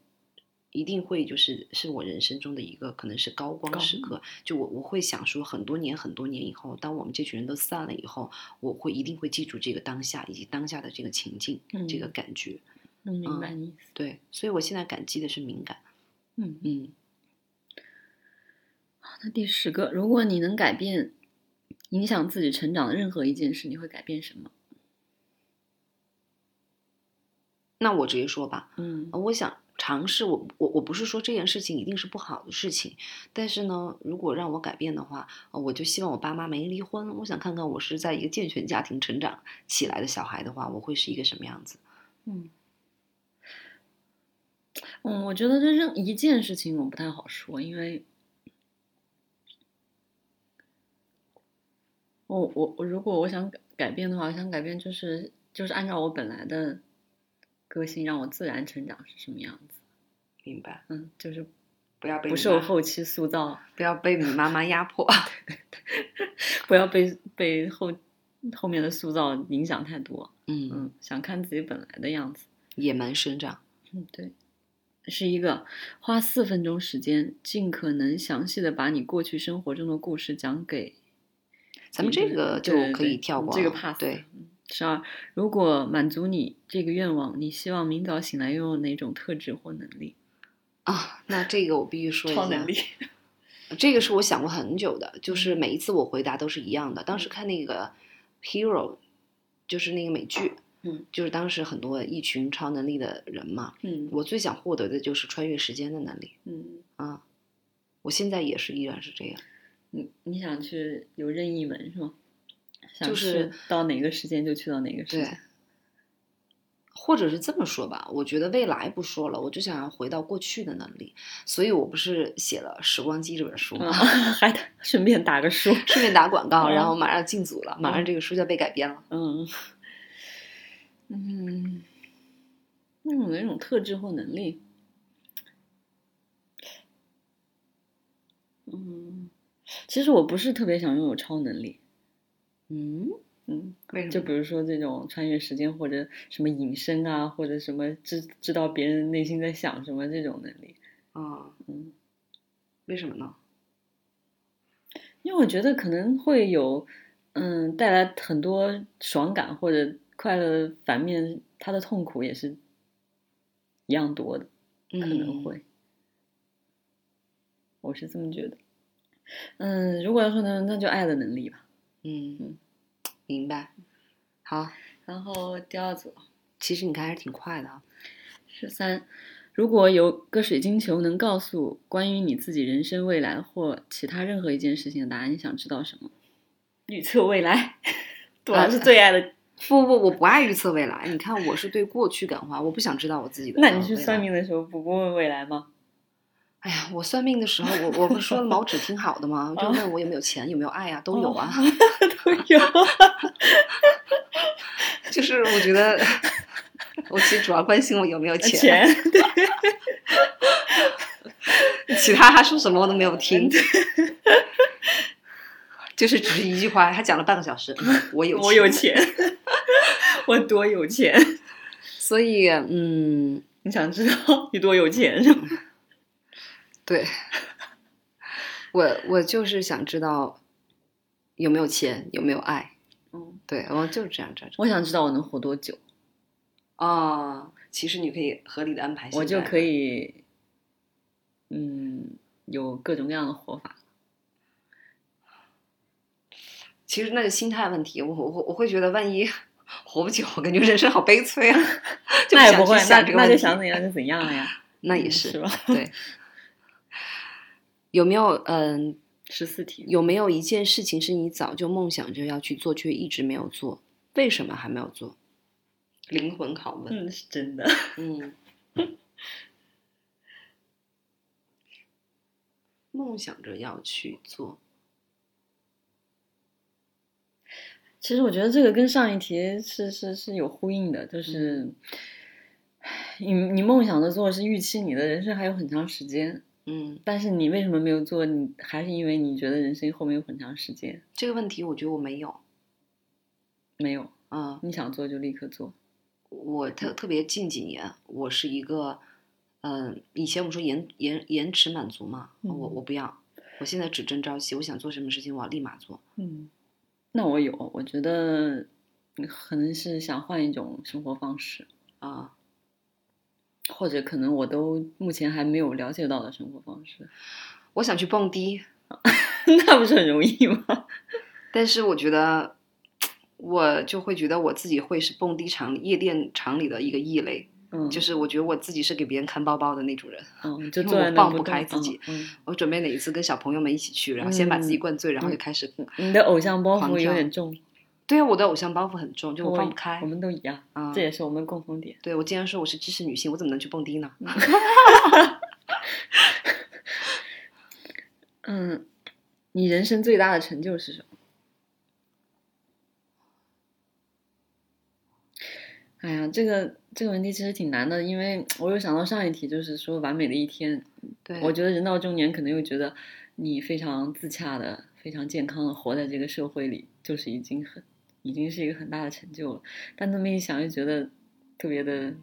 S1: 一定会就是是我人生中的一个可能是高光
S2: 高
S1: 时刻，就我我会想说，很多年很多年以后，当我们这群人都散了以后，我会一定会记住这个当下以及当下的这个情境，这个
S2: 嗯
S1: 感觉。
S2: 能明白你意思。
S1: 对，所以我现在感激的是敏感。
S2: 嗯，
S1: 嗯，
S2: 好那第十个，如果你能改变影响自己成长的任何一件事，你会改变什么？
S1: 那我直接说吧，
S2: 嗯
S1: 呃我想尝试我我我不是说这件事情一定是不好的事情，但是呢，如果让我改变的话，呃我就希望我爸妈没离婚。我想看看我是在一个健全家庭成长起来的小孩的话，我会是一个什么样子。
S2: 嗯嗯，我觉得这任一件事情我不太好说，因为我我我如果我想改改变的话，我想改变就是就是按照我本来的个性，让我自然成长是什么样子。
S1: 明白？
S2: 嗯，就是
S1: 不要被
S2: 不
S1: 你
S2: 受
S1: 妈
S2: 后期塑造，
S1: 不要被你妈妈压迫。
S2: 不要被被后后面的塑造影响太多。
S1: 嗯，
S2: 嗯，想看自己本来的样子。
S1: 野蛮生长。
S2: 嗯，对，是一个花四分钟时间，尽可能详细的把你过去生活中的故事讲给
S1: 咱们
S2: 别
S1: 这
S2: 人
S1: 个就
S2: 对对
S1: 可
S2: 对
S1: 以跳过
S2: 这个
S1: 啊
S2: pass
S1: 对。
S2: 十二，如果满足你这个愿望，你希望明早醒来拥有哪种特质或能力？
S1: 啊，那这个我必须说一下。
S2: 超能力。
S1: 这个是我想过很久的，就是
S2: 嗯
S1: 每一次我回答都是一样的。当时看那个《Hero》，就是那个美剧，
S2: 嗯
S1: 就是当时很多一群超能力的人嘛，
S2: 嗯
S1: 我最想获得的就是穿越时间的能力
S2: 嗯，
S1: 啊！我现在也是依然是这样，
S2: 你你想去有任意门是吗？想
S1: 就是
S2: 去到哪个时间就去到哪个时
S1: 对
S2: 间。。
S1: 或者是这么说吧，我觉得未来不说了，我就想要回到过去的能力，所以我不是写了《时光机》这本书
S2: 嗯，
S1: 吗？
S2: 还打顺便打个书。
S1: 顺便打广告，
S2: 嗯
S1: 然后马上进组了，马上这个书就要被改编了。
S2: 嗯，嗯，那种哪种特质或能力？嗯，其实我不是特别想拥有超能力。
S1: 嗯，
S2: 嗯，
S1: 为什么？
S2: 就比如说这种穿越时间，或者什么隐身啊，或者什么知知道别人内心在想什么这种能力。
S1: 啊，
S2: 嗯，
S1: 为什么呢？
S2: 因为我觉得可能会有，嗯，带来很多爽感或者快乐，反面它的痛苦也是一样多的。可
S1: 嗯
S2: 能会，嗯我是这么觉得。嗯，如果要说能，那就爱的能力吧。
S1: 嗯，嗯
S2: 嗯，
S1: 明白。好，
S2: 然后第二组啊
S1: 其实你看还是挺快的啊。
S2: 十三，如果有个水晶球能告诉关于你自己人生未来或其他任何一件事情的答案，你想知道什么？预测未来，果然是最爱 的。
S1: 不不，我不爱预测未来。你看，我是对过去感化，我不想知道我自己的。
S2: 那你去算？命的时候不不问未来 吗？
S1: 哎呀，我算命的时候，我我不是说了吗？我只听好的吗？ 就
S2: 啊
S1: 问我有没有钱，有没有爱啊，都有啊。
S2: 哦都有。
S1: 就是我觉得， 我其实主要关心我有没有钱，
S2: 钱，对
S1: 其他他说什么我都没有听。
S2: 嗯
S1: 就是只是一句话，他讲了半个小 时。嗯我有
S2: 我有 钱，我多有钱。
S1: 所以嗯，
S2: 你想知道你多有钱是吗？
S1: 对，我我就是想知道有没有钱，有没有爱。
S2: 嗯。
S1: 对，我就是这样这样。
S2: 我想知道我能活多久，
S1: 哦，其实你可以合理的安排，
S2: 我就可。以，嗯，有各种各样的活法。
S1: 其实那个心态问题，我我我会觉得，万一活不久，我感觉人生好悲催啊。 就
S2: 那也
S1: 想
S2: 不
S1: 去
S2: 会，
S1: 想
S2: 那
S1: 这个
S2: 那
S1: 问
S2: 就
S1: 题
S2: 想怎样就怎样了呀。
S1: 那也
S2: 嗯
S1: 是
S2: 是吧？
S1: 对。有没有嗯、
S2: 十四题，
S1: 有没有一件事情是你早就梦想着要去做，却一直没有做？为什么还没有做？灵魂拷问。
S2: 嗯，是真的。
S1: 嗯，梦想着要去做，
S2: 其实我觉得这个跟上一题是是是有呼应的，就是你你梦想的做是预期你的人生还有很长时间，
S1: 嗯，
S2: 但是你为什么没有做？你还是因为你觉得人生后面有很长时间
S1: 这个问题我觉得我没有，
S2: 没有，
S1: 嗯、
S2: 你想做就立刻做。
S1: 我特特别近几年，我是一个，嗯、以前我说延延延迟满足嘛，
S2: 嗯
S1: 我我不要，我现在只争朝夕，我想做什么事情我要立马做，
S2: 嗯，那我有，我觉得可能是想换一种生活方式，
S1: 啊、
S2: 或者可能我都目前还没有了解到的生活方式，
S1: 我想去蹦迪，
S2: 那不是很容易吗？
S1: 但是我觉得，我就会觉得我自己会是蹦迪场里夜店场里的一个异类，
S2: 嗯，
S1: 就是我觉得我自己是给别人看包包的那种人。
S2: 嗯，就
S1: 因为
S2: 坐
S1: 我
S2: 在那
S1: 放
S2: 不
S1: 不
S2: 动
S1: 开自
S2: 嗯
S1: 己
S2: 嗯
S1: 我准备哪一次跟小朋友们一起去，然后先把自己
S2: 嗯
S1: 灌醉，然后就
S2: 嗯
S1: 开始。
S2: 你的偶像包
S1: 狂
S2: 袱有
S1: 跳
S2: 点重，
S1: 对啊，我的偶像包袱很重，就
S2: 跟
S1: 我放不开
S2: 我们都一样，
S1: 啊。
S2: 这也是我们共同点。
S1: 对，我竟然说我是知识女性，我怎么能去蹦迪呢？
S2: 嗯，你人生最大的成就是什么？哎呀，这个这个问题其实挺难的，因为我有想到上一题，就是说完美的一天。
S1: 对，
S2: 我觉得人到中年，可能又觉得你非常自洽的、非常健康的活在这个社会里，就是已经很，已经是一个很大的成就了。但那么一想，又觉得特别的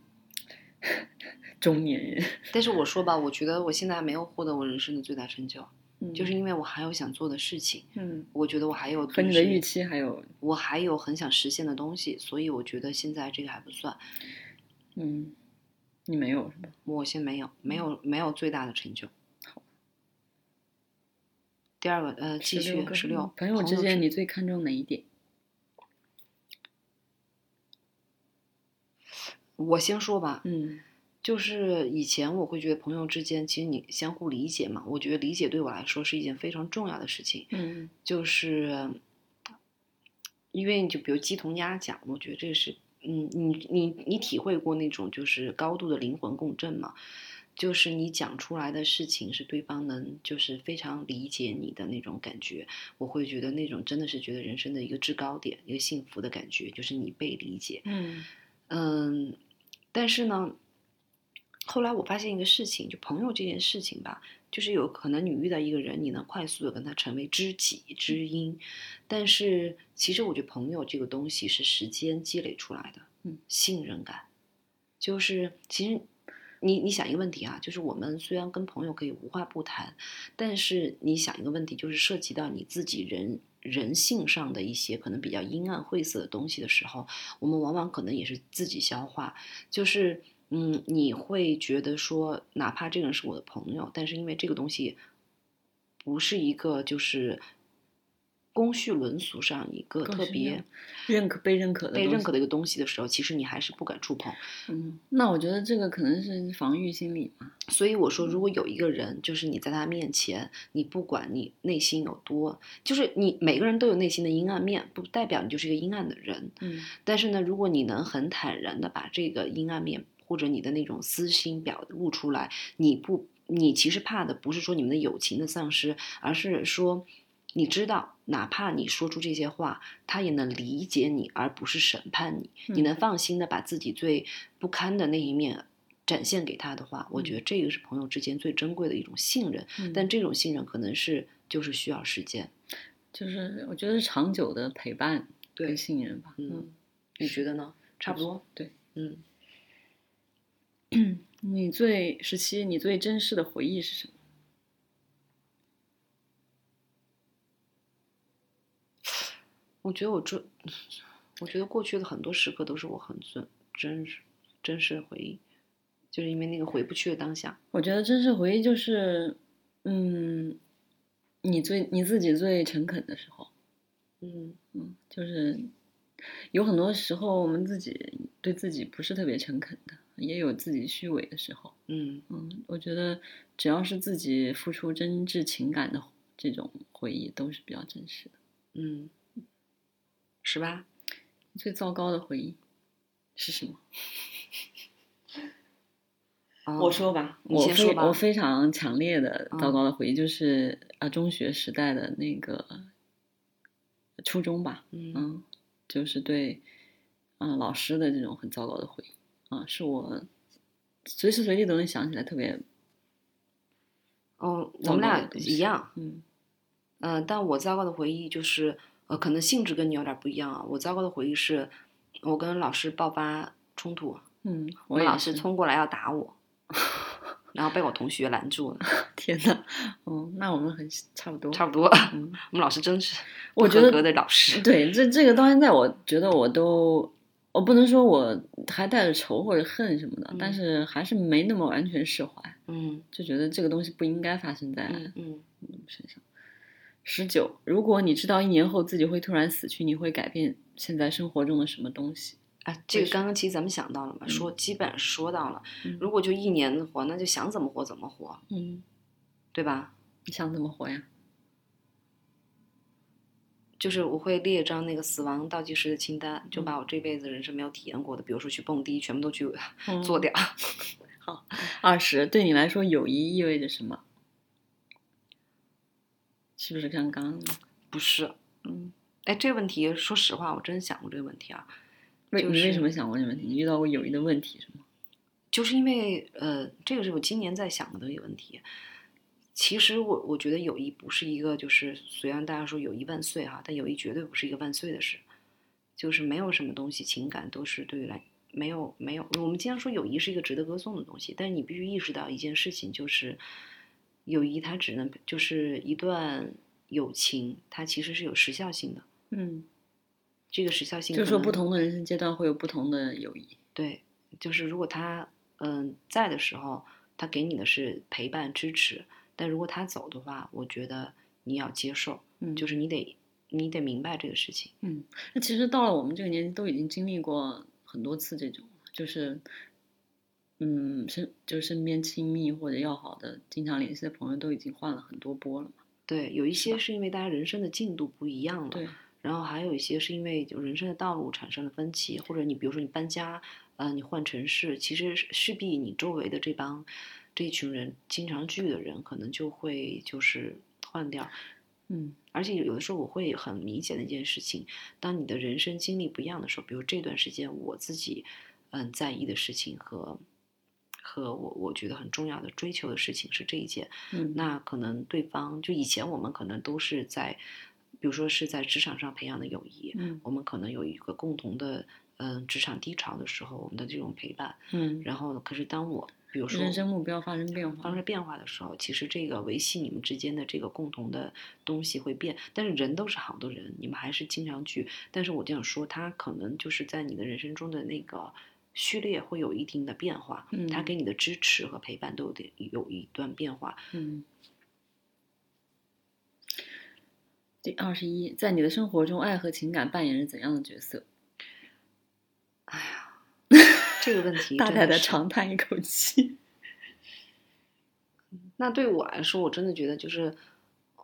S2: 中年人，
S1: 但是我说吧，我觉得我现在还没有获得我人生的最大成就，
S2: 嗯
S1: 就是因为我还有想做的事情，
S2: 嗯，
S1: 我觉得我还有
S2: 和你的预，期还有，
S1: 我还有很想实现的东西，所以我觉得现在这个还不算，
S2: 嗯，你没有是吧？
S1: 我先没有，没有，没有最大的成就。第二个，呃，继续
S2: 个嗯
S1: 十六
S2: 朋友之间，你最看重哪一点？
S1: 我先说吧，
S2: 嗯
S1: 就是以前我会觉得朋友之间，其实你相互理解嘛，我觉得理解对我来说是一件非常重要的事情。
S2: 嗯
S1: 就是因为你就比如鸡同鸭讲，我觉得这是，嗯，你你你体会过那种就是高度的灵魂共振嘛？就是你讲出来的事情是对方能就是非常理解你的那种感觉，我会觉得那种真的是觉得人生的一个制高点，一个幸福的感觉，就是你被理解。
S2: 嗯
S1: 嗯，但是呢，后来我发现一个事情，就朋友这件事情吧，就是有可能你遇到一个人，你能快速的跟他成为知己知音，但是其实我觉得朋友这个东西是时间积累出来的，
S2: 嗯，
S1: 信任感，就是其实。你你想一个问题啊，就是我们虽然跟朋友可以无话不谈，但是你想一个问题，就是涉及到你自己人人性上的一些可能比较阴暗晦涩的东西的时候，我们往往可能也是自己消化，就是嗯，你会觉得说，哪怕这个人是我的朋友，但是因为这个东西不是一个就是公序伦俗上一个
S2: 公
S1: 特
S2: 序
S1: 别
S2: 良认可被认可的
S1: 被
S2: 东
S1: 认
S2: 西
S1: 可的一个东西的时候，其实你还是不敢触碰。
S2: 嗯，那我觉得这个可能是防御心理吧。
S1: 所以我说，如果有一个人，就是你在他面前，你不管你内心有多，就是你每个人都有内心的阴暗面，不代表你就是一个阴暗的人。
S2: 嗯
S1: 但是呢，如果你能很坦然的把这个阴暗面或者你的那种私心表露出来，你不，你其实怕的不是说你们的友情的丧失，而是说你知道，哪怕你说出这些话，他也能理解你，而不是审判你。你
S2: 嗯
S1: 能放心的把自己最不堪的那一面。展现给他的话，我觉得这个是朋友之间最珍贵的一种信任，
S2: 嗯
S1: 但这种信任可能是就是需要时间。
S2: 就是我觉得是长久的陪伴
S1: 对
S2: 跟信任吧。
S1: 嗯，你觉得呢？差不多。
S2: 对，
S1: 嗯，
S2: 你最十七，你最珍视的回忆是什么？
S1: 我觉得我这，我觉得过去的很多时刻都是我很真真实真实的回忆，就是因为那个回不去的当下。
S2: 我觉得珍视回忆就是，嗯，你最你自己最诚恳的时候，
S1: 嗯
S2: 嗯，就是有很多时候我们自己对自己不是特别诚恳的，也有自己虚伪的时候。
S1: 嗯
S2: 嗯，我觉得只要是自己付出真挚情感的这种回忆，都是比较真实的。
S1: 嗯，是吧？
S2: 最糟糕的回忆是什么？
S1: 啊
S2: 我说吧，
S1: 你
S2: 嗯我
S1: 先说
S2: 非
S1: 吧
S2: 我非常强烈的
S1: 嗯
S2: 糟糕的回忆就是啊，中学时代的那个初中吧，
S1: 嗯
S2: 嗯，就是对啊、老师的这种很糟糕的回忆啊、是我随时随地都能想起来，特别
S1: 哦，我
S2: 糟
S1: 们
S2: 糕
S1: 俩
S2: 的东西
S1: 一样。
S2: 嗯
S1: 嗯、但我糟糕的回忆就是，呃，可能性质跟你有点不一样啊。我糟糕的回忆是，我跟老师爆发冲突，
S2: 嗯，
S1: 我
S2: 我也
S1: 老师
S2: 是
S1: 冲过来要打我， 然后被我同学拦住了。
S2: 天呐，嗯，那我们很差不多，
S1: 差不多，
S2: 嗯
S1: 我们老师真是
S2: 我觉得
S1: 不合格的老师。
S2: 对，这这个到现在，我觉得我都，我不能说我还带着仇或者恨什么的，
S1: 嗯
S2: 但是还是没那么完全释怀，
S1: 嗯
S2: 就觉得这个东西不应该发生在
S1: 嗯嗯
S2: 我们身上。十九，如果你知道一年后自己会突然死去，你会改变现在生活中的什么东西？
S1: 啊，这个
S2: 是
S1: 刚刚其实咱们想到了嘛，
S2: 嗯
S1: 说基本上说到了。
S2: 嗯
S1: 如果就一年的活，那就想怎么活怎么活，
S2: 嗯，
S1: 对吧？
S2: 你想怎么活呀？
S1: 就是我会列一张那个死亡倒计时的清单，
S2: 嗯
S1: 就把我这辈子人生没有体验过的，比如说去蹦迪，全部都去
S2: 嗯
S1: 做掉。
S2: 二十，对你来说，友谊意味着什么？是不是像刚刚那个？
S1: 不是，
S2: 嗯，
S1: 哎，这个问题说实话，我真想过这个问题啊，
S2: 为、
S1: 就
S2: 你为
S1: 是
S2: 什么想过这个问题？你遇到过友谊的问题是吗？
S1: 就是因为呃，这个是我今年在想的一个问题。其实我我觉得友谊不是一个，就是虽然大家说友谊万岁哈、但友谊绝对不是一个万岁的事，就是没有什么东西情感都是对于来没有没有。我们经常说友谊是一个值得歌颂的东西，但是你必须意识到一件事情，就是友谊它只能就是一段友情，它其实是有时效性的。
S2: 嗯，
S1: 这个时效性
S2: 就是
S1: 可
S2: 说
S1: 能
S2: 不同的人生阶段会有不同的友谊。
S1: 对，就是如果他嗯、在的时候，他给你的是陪伴支持，但如果他走的话，我觉得你要接受，
S2: 嗯
S1: 就是你得你得明白这个事情。
S2: 那其实到了我们这个年纪，都已经经历过很多次这种，就是嗯身就是身边亲密或者要好的、经常联系的朋友都已经换了很多波了嘛。
S1: 对，有一些
S2: 吧
S1: 是因为大家人生的进度不一样了，
S2: 对，
S1: 然后还有一些是因为就人生的道路产生了分歧，或者你比如说你搬家，呃，你换城市，其实是势必你周围的这帮这一群人经常聚的人，可能就会就是换掉。
S2: 嗯
S1: 而且有的时候我会很明显的一件事情，当你的人生经历不一样的时候，比如这段时间我自己嗯在意的事情和和我我觉得很重要的追求的事情是这一件，
S2: 嗯，
S1: 那可能对方就以前我们可能都是在，比如说是在职场上培养的友谊，
S2: 嗯
S1: 我们可能有一个共同的嗯职场低潮的时候，我们的这种陪伴，
S2: 嗯，
S1: 然后可是当我比如说
S2: 人生目标发生变
S1: 发
S2: 化。
S1: 生变化的时候，其实这个维系你们之间的这个共同的东西会变，但是人都是好的人，你们还是经常聚。但是我这样说，他可能就是在你的人生中的那个序列会有一定的变化，
S2: 嗯
S1: 他给你的支持和陪伴都有点有一段变化。
S2: 嗯。第二十一，在你的生活中，爱和情感扮演着怎样的角色？
S1: 哎呀，这个问题
S2: 大
S1: 真
S2: 胆
S1: 的
S2: 的
S1: 是
S2: 长叹一 口气。
S1: 那对我来说，我真的觉得就是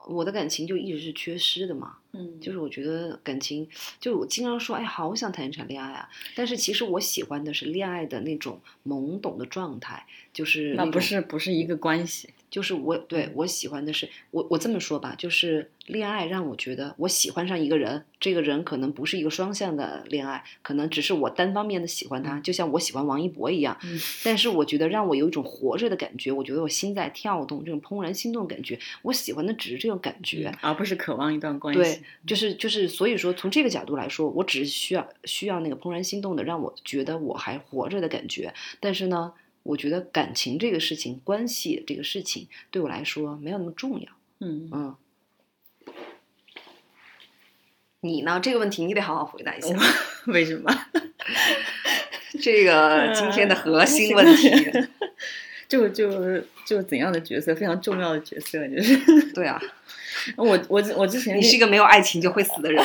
S1: 我的感情就一直是缺失的嘛。
S2: 嗯
S1: 就是我觉得感情，就我经常说，哎，好想谈一场恋爱啊！但是其实我喜欢的是恋爱的那种懵懂的状态，就是
S2: 那
S1: 种
S2: 不是不是一个关系。
S1: 就是我对
S2: 嗯
S1: 我喜欢的是我我这么说吧，就是恋爱让我觉得我喜欢上一个人，这个人可能不是一个双向的恋爱，可能只是我单方面的喜欢他，就像我喜欢王一博一样。
S2: 嗯
S1: 但是我觉得让我有一种活着的感觉，我觉得我心在跳动，这种怦然心动的感觉，我喜欢的只是这种感觉。
S2: 而不是渴望一段关系。
S1: 对，就是就是，所以说从这个角度来说，我只是需要需要那个怦然心动的，让我觉得我还活着的感觉。但是呢，我觉得感情这个事情，关系这个事情，对我来说没有那么重要。
S2: 嗯，
S1: 嗯，你呢？这个问题你得好好回答一下。
S2: 为什么？
S1: 这个今天的核心问
S2: 行
S1: 题，
S2: 就就就怎样的角色，非常重要的角色，就是
S1: 对啊，
S2: 我我我之前
S1: 你是一个没有爱情就会死的人。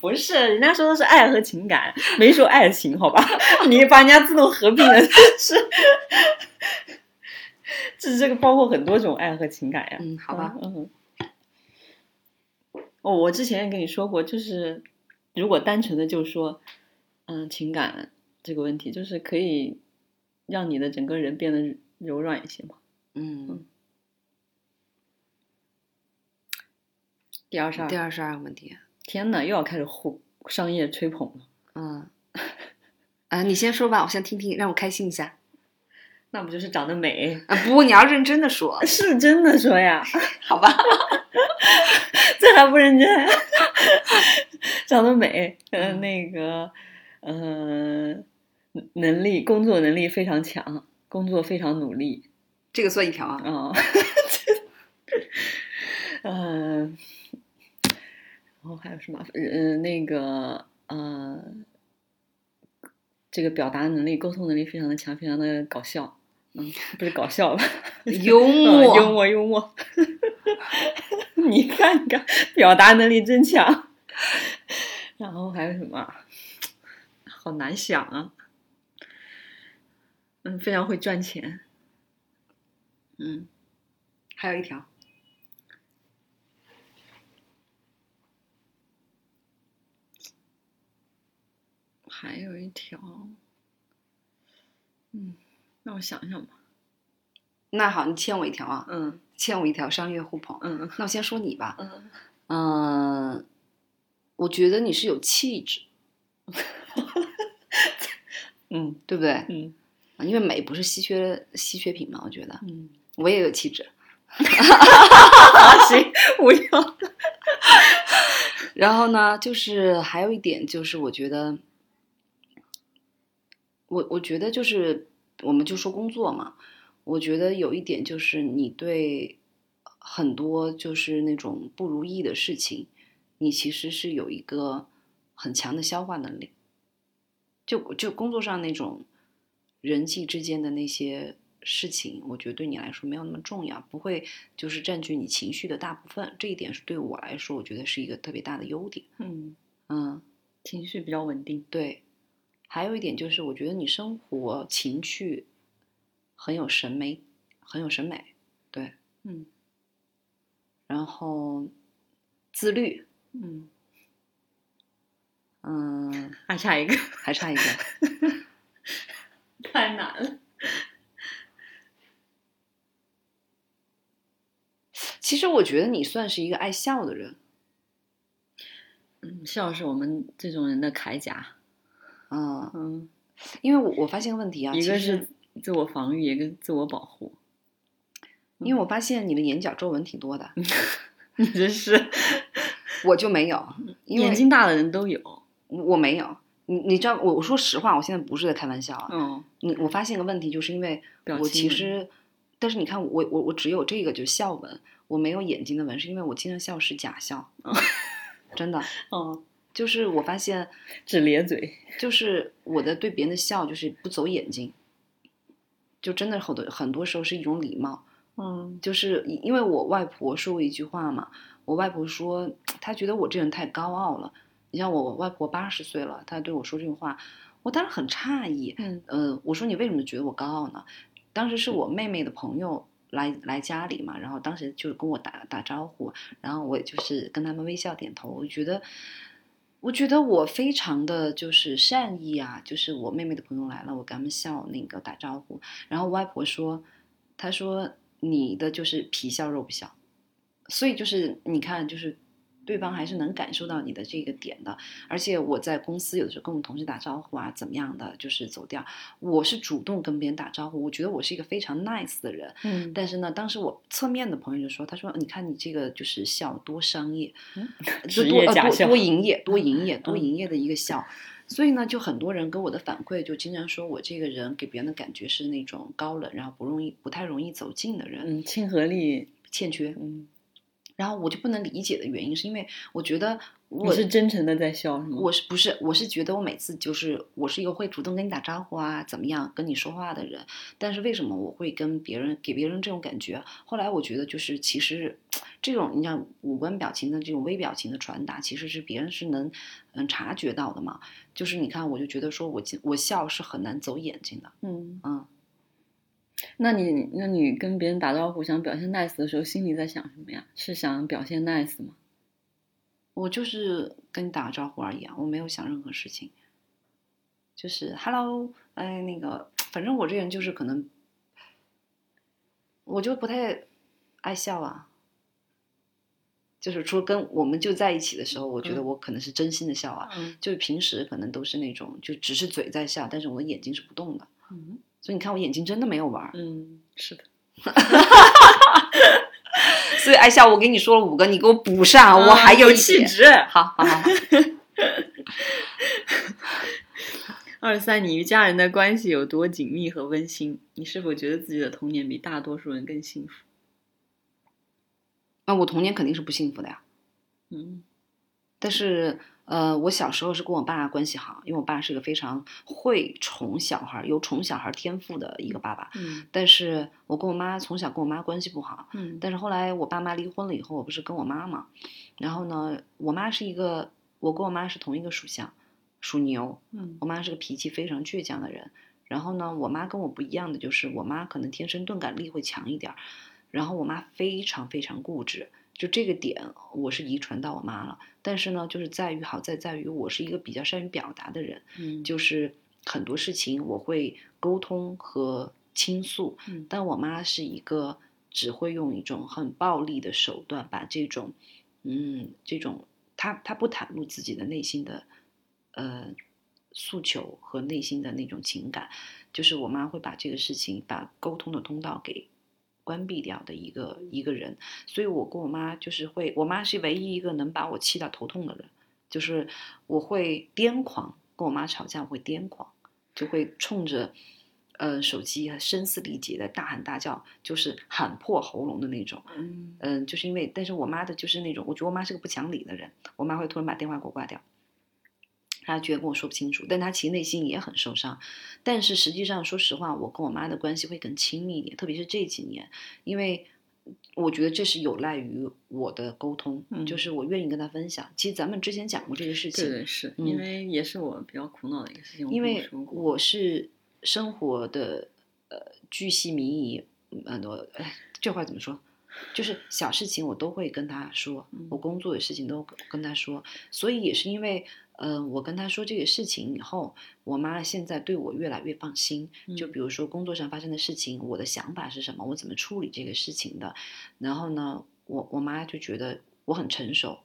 S2: 不是，人家说的是爱和情感，没说爱情，好吧？ 你把人家自动合并了， 是，这这个包括很多种爱和情感呀。
S1: 嗯，好吧，
S2: 嗯。嗯哦，我之前也跟你说过，就是如果单纯的就说，嗯，情感这个问题，就是可以让你的整个人变得柔软一些嘛。
S1: 嗯，
S2: 第二十二
S1: 第，二十二个问题，
S2: 天呐，又要开始互商业吹捧了。
S1: 嗯， 啊，你先说吧，我先听听，让我开心一下。
S2: 那不就是长得美？
S1: 啊，不，你要认真的说，
S2: 是真的说 呀，
S1: 好吧？
S2: 这还不认真？ 长得美，嗯、那个，嗯、能力，工作能力非常强，工作非常努力，
S1: 这个算一条 啊。
S2: 啊、嗯，然后还有什么？嗯、那个，呃，这个表达能力、沟通能力非常的强，非常的搞笑。嗯，不是搞笑吧？
S1: 幽默
S2: 嗯幽默，幽默。 你看看，表达能力真强。然后还有什么？好难想啊。嗯，非常会赚钱。嗯。
S1: 还有一条，
S2: 还有一条，嗯，让我想想吧。
S1: 那好，你欠我一条啊，
S2: 嗯
S1: 欠我一条商业互捧。
S2: 嗯
S1: 那我先说你吧，
S2: 嗯，
S1: 嗯，我觉得你是有气质，
S2: 嗯
S1: 对不对？
S2: 嗯
S1: 啊因为美不是稀缺稀缺品嘛，我觉得
S2: 嗯，
S1: 我也有气质。
S2: 啊行，我要，
S1: 然后呢，就是还有一点就是，我觉得，我我觉得就是，我们就说工作嘛，我觉得有一点就是，你对很多就是那种不如意的事情，你其实是有一个很强的消化能力。就就工作上那种人际之间的那些事情，我觉得对你来说没有那么重要，不会就是占据你情绪的大部分。这一点是对我来说，我觉得是一个特别大的优点。
S2: 嗯，
S1: 嗯，
S2: 情绪比较稳定。
S1: 对。还有一点就是，我觉得你生活情趣很有审美，很有审美，对。
S2: 嗯
S1: 然后自律，
S2: 嗯，
S1: 嗯，
S2: 还差啊一个，
S1: 还差一个，
S2: 太难了。
S1: 其实我觉得你算是一个爱笑的人，
S2: 嗯，笑是我们这种人的铠甲。
S1: 嗯，
S2: 嗯，
S1: 因为我我发现个问题啊，
S2: 一
S1: 其
S2: 个
S1: 实
S2: 是自我防御，一个自我保 护。
S1: 因为我发现你的眼角皱纹挺多的，
S2: 嗯你这 是
S1: 我就没有，因
S2: 眼
S1: 为
S2: 睛大的人都有。
S1: 我没有。你你知道我我说实话，我现在不是在开玩笑啊。
S2: 嗯，
S1: 你我发现个问题，就是因为
S2: 表
S1: 我
S2: 情
S1: 其
S2: 纹
S1: 实，但是你看我我我只有这个就是笑纹，我没有眼睛的纹，是因为我经常笑是假笑，
S2: 嗯
S1: 真的
S2: 哦，
S1: 就是我发现
S2: 只咧嘴。
S1: 就是我的对别人的笑就是不走眼睛，就真的很多很多时候是一种礼貌。
S2: 嗯
S1: 就是因因为我外婆说过一句话嘛，我外婆说她觉得我这人太高傲了。你像我外婆八十岁了，她对我说这句话，我当时很诧异。
S2: 嗯
S1: 呃，我说你为什么觉得我高傲呢？当时是我妹妹的朋友来来家里嘛，然后当时就跟我打打招呼，然后我也就是跟他们微笑点头，我觉得。我觉得我非常的就是善意啊，就是我妹妹的朋友来了，我跟他们笑那个打招呼，然后我外婆说，她说你的就是皮笑肉不笑，所以就是你看，就是对方还是能感受到你的这个点的。而且我在公司有的时候跟我同事打招呼啊，怎么样的，就是走掉，我是主动跟别人打招呼，我觉得我是一个非常 nice 的人。
S2: 嗯，
S1: 但是呢，当时我侧面的朋友就说：“他说，你看你这个就是笑多商业，就
S2: 嗯职
S1: 多
S2: 业嗯
S1: 呃
S2: 假
S1: 多
S2: 笑
S1: 多营业，多营业，多营业的一个笑。所以呢，就很多人给我的反馈就经常说我这个人给别人的感觉是那种高冷，然后不容易、不太容易走近的人，
S2: 嗯，亲和力。
S1: 欠缺。
S2: 嗯
S1: 然后我就不能理解的原因，是因为我觉得
S2: 你
S1: 我
S2: 是真诚的在笑是吗？
S1: 我是不是我是觉得我每次就是我是一个会主动跟你打招呼啊，怎么样跟你说话的人，但是为什么我会跟别人给别人这种感觉？后来我觉得就是其实这种你像五官表情的这种微表情的传达，其实是别人是能嗯察觉到的嘛。就是你看，我就觉得说我我笑是很难走眼睛的，
S2: 嗯
S1: 嗯。
S2: 那你那你跟别人打招呼想表现 nice 的时候，心里在想什么呀？是想表现 nice 吗？
S1: 我就是跟你打个招呼而已啊，我没有想任何事情，就是 hello，哎，那个，反正我这人就是可能，我就不太爱笑啊，就是除了跟我们就在一起的时候，我觉得
S2: 嗯
S1: 我可能是真心的笑啊，
S2: 嗯
S1: 就是平时可能都是那种就只是嘴在笑，但是我的眼睛是不动的，
S2: 嗯
S1: 所以你看我眼睛真的没有玩儿，
S2: 嗯，是的，
S1: 所以爱笑我给你说了五个，你给我补
S2: 啊
S1: 上，啊
S2: 嗯
S1: 我还有一
S2: 气
S1: 点，
S2: 质。
S1: 好好好 好，
S2: 二三，你与家人的关系有多紧密和温馨？你是否觉得自己的童年比大多数人更幸福？
S1: 那我童年肯定是不幸福的呀。
S2: 嗯
S1: 但是呃，我小时候是跟我爸关系好，因为我爸是一个非常会宠小孩儿、有宠小孩儿天赋的一个爸爸。
S2: 嗯
S1: 但是我跟我妈从小跟我妈关系不好，
S2: 嗯
S1: 但是后来我爸妈离婚了以后，我不是跟我妈嘛，然后呢，我妈是一个，我跟我妈是同一个属相，属牛，
S2: 嗯
S1: 我妈是个脾气非常倔强的人。然后呢，我妈跟我不一样的就是，我妈可能天生钝感力会强一点儿，然后我妈非常非常固执，就这个点我是遗传到我妈了。但是呢，就是在于好在在于我是一个比较善于表达的人，
S2: 嗯，
S1: 就是很多事情我会沟通和倾诉，
S2: 嗯
S1: 但我妈是一个只会用一种很暴力的手段把这种，嗯，这种她她不袒露自己的内心的，呃，诉求和内心的那种情感，就是我妈会把这个事情把沟通的通道给关闭掉的一个一个人，所以我跟我妈就是会，我妈是唯一一个能把我气到头痛的人，就是我会癫狂，跟我妈吵架我会癫狂，就会冲着呃手机声嘶力竭的大喊大叫，就是喊破喉咙的那种。
S2: 嗯
S1: 嗯，就是因为，但是我妈的就是那种，我觉得我妈是个不讲理的人，我妈会突然把电话给我挂掉，她觉得跟我说不清楚，但她其实内心也很受伤。但是实际上，说实话，我跟我妈的关系会更亲密一点，特别是这几年，因为我觉得这是有赖于我的沟通，
S2: 嗯
S1: 就是我愿意跟她分享。其实咱们之前讲过这个事情，
S2: 对对是，
S1: 嗯
S2: 因为也是我比较苦恼的一个事情，
S1: 因
S2: 跟你
S1: 为
S2: 说过
S1: 我是生活的呃巨细靡遗，嗯很多哎这话怎么说？就是小事情我都会跟他说，我
S2: 嗯
S1: 工作的事情都跟他说，所以也是因为，呃，我跟他说这个事情以后，我妈现在对我越来越放心。就
S2: 嗯
S1: 比如说工作上发生的事情，我的想法是什么，我怎么处理这个事情的，然后呢，我我妈就觉得我很成熟，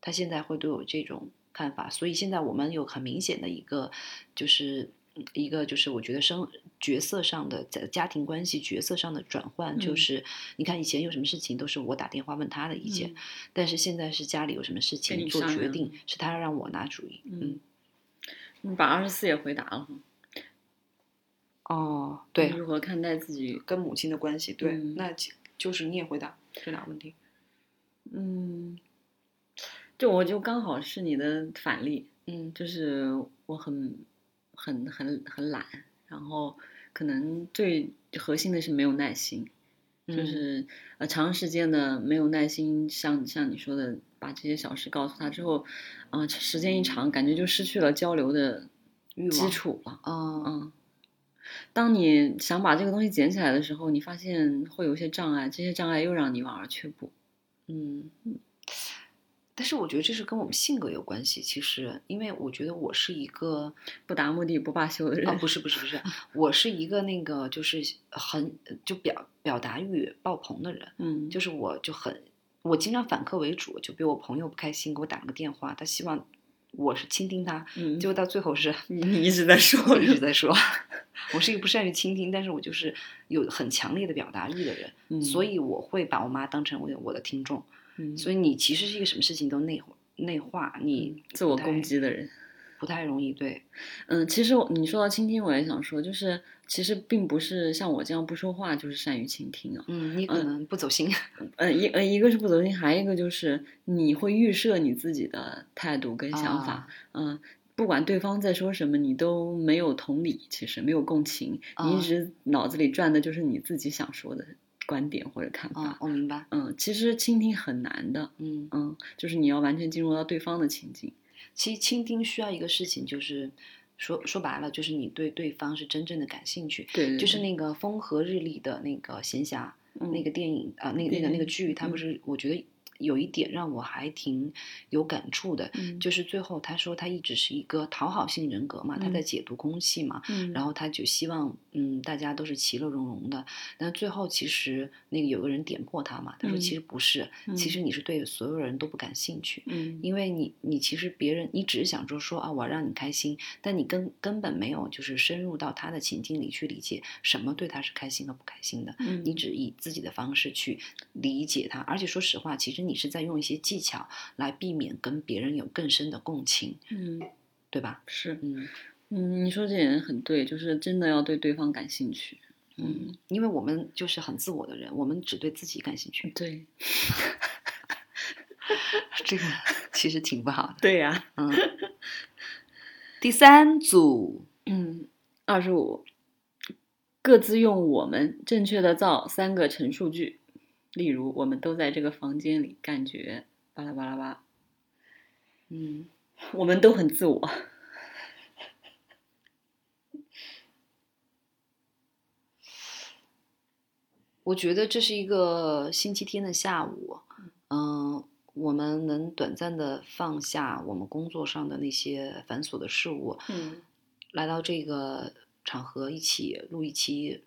S1: 她现在会对我这种看法，所以现在我们有很明显的一个，就是嗯一个就是我觉得生角色上的在家庭关系角色上的转换，就
S2: 嗯
S1: 是你看以前有什么事情都是我打电话问她的意见，
S2: 嗯
S1: 但是现在是家里有什么事情
S2: 你
S1: 做
S2: 商
S1: 决
S2: 量
S1: 定，是她让我拿主意，嗯
S2: 嗯，你把二十四也回答了哈，
S1: 哦，对，
S2: 如何看待自己？
S1: 跟母亲的关系，对，
S2: 嗯
S1: 那就就是你也回答这俩问题，
S2: 嗯，就我就刚好是你的反例，
S1: 嗯
S2: 就是我很很很很懒，然后可能最核心的是没有耐心，就
S1: 嗯
S2: 是呃长时间的没有耐心，像像你说的，把这些小事告诉他之后，啊、时间一长，感觉就失去了交流的
S1: 欲
S2: 基
S1: 望
S2: 础了。
S1: 嗯
S2: 嗯，当你想把这个东西捡起来的时候，你发现会有一些障碍，这些障碍又让你望而却步。
S1: 嗯，但是我觉得这是跟我们性格有关系，其实，因为我觉得我是一个
S2: 不达目的不罢休的人。
S1: 啊， 不是不是不是，我是一个那个就是很就表表达欲爆棚的人，
S2: 嗯，
S1: 就是我就很我经常反客为主，就比如我朋友不开心给我打了个电话，他希望我是倾听他，
S2: 嗯，
S1: 结果到最后是
S2: 你你一直在说，
S1: 我一直在说， 我是一个不善于倾听，但是我就是有很强烈的表达欲的人，
S2: 嗯
S1: 所以我会把我妈当成我的我的听众。
S2: 嗯
S1: 所以你其实是一个什么事情都内化内化，你
S2: 自我
S1: 不太
S2: 攻击的人。
S1: 不太容易对。
S2: 嗯，其实我你说到倾听，我也想说，就是其实并不是像我这样不说话就是善于倾听啊。
S1: 嗯，你可能不走心。
S2: 呃，一呃，一个是不走心，还有一个就是你会预设你自己的态度跟想法。
S1: 啊
S2: 嗯、不管对方在说什么，你都没有同理，其实没有共情，你
S1: 啊
S2: 一直脑子里转的就是你自己想说的观点或者看法。
S1: 啊，我明白。
S2: 嗯，其实倾听很难的，
S1: 嗯，
S2: 嗯，就是你要完全进入到对方的情境。
S1: 其实倾听需要一个事情，就是说说白了，就是你对对方是真正的感兴趣。
S2: 对对
S1: 就是
S2: 对
S1: 那个风和日丽的那个闲暇，那
S2: 嗯
S1: 个电影啊、那个那个那个剧，它不是，我觉得有一点让我还挺有感触的，
S2: 嗯
S1: 就是最后他说他一直是一个讨好性人格嘛，他在
S2: 嗯
S1: 解读空气嘛，
S2: 嗯，
S1: 然
S2: 后
S1: 后他就希望嗯大家都是其乐融融的，但最后其实那个有个人点破他嘛，他说
S2: 嗯
S1: 其实不是，其
S2: 嗯
S1: 实你是对所有人都不感兴趣，
S2: 嗯
S1: 因为你你其实别人你只是想着说啊，我让你开心，但你根根本没有就是深入到他的情境里去理解什么对他是开心和不开心的，
S2: 嗯
S1: 你只以自己的方式去理解他，而且说实话，其实你是在用一些技巧来避免跟别人有更深的共情，
S2: 嗯
S1: 对吧？
S2: 是
S1: 嗯
S2: 嗯，你说这点很对，就是真的要对对方感兴趣。嗯，
S1: 嗯，因为我们就是很自我的人，我们只对自己感兴趣，
S2: 对，
S1: 这个其实挺不好的。
S2: 对呀、
S1: 嗯，第三组
S2: 嗯，二十五，各自用我们正确的造三个陈述句，例如我们都在这个房间里，感觉巴拉巴拉巴，
S1: 嗯，
S2: 我们都很自我。
S1: 我觉得这是一个星期天的下午，嗯、我们能短暂的放下我们工作上的那些繁琐的事物，
S2: 嗯
S1: 来到这个场合一起录一期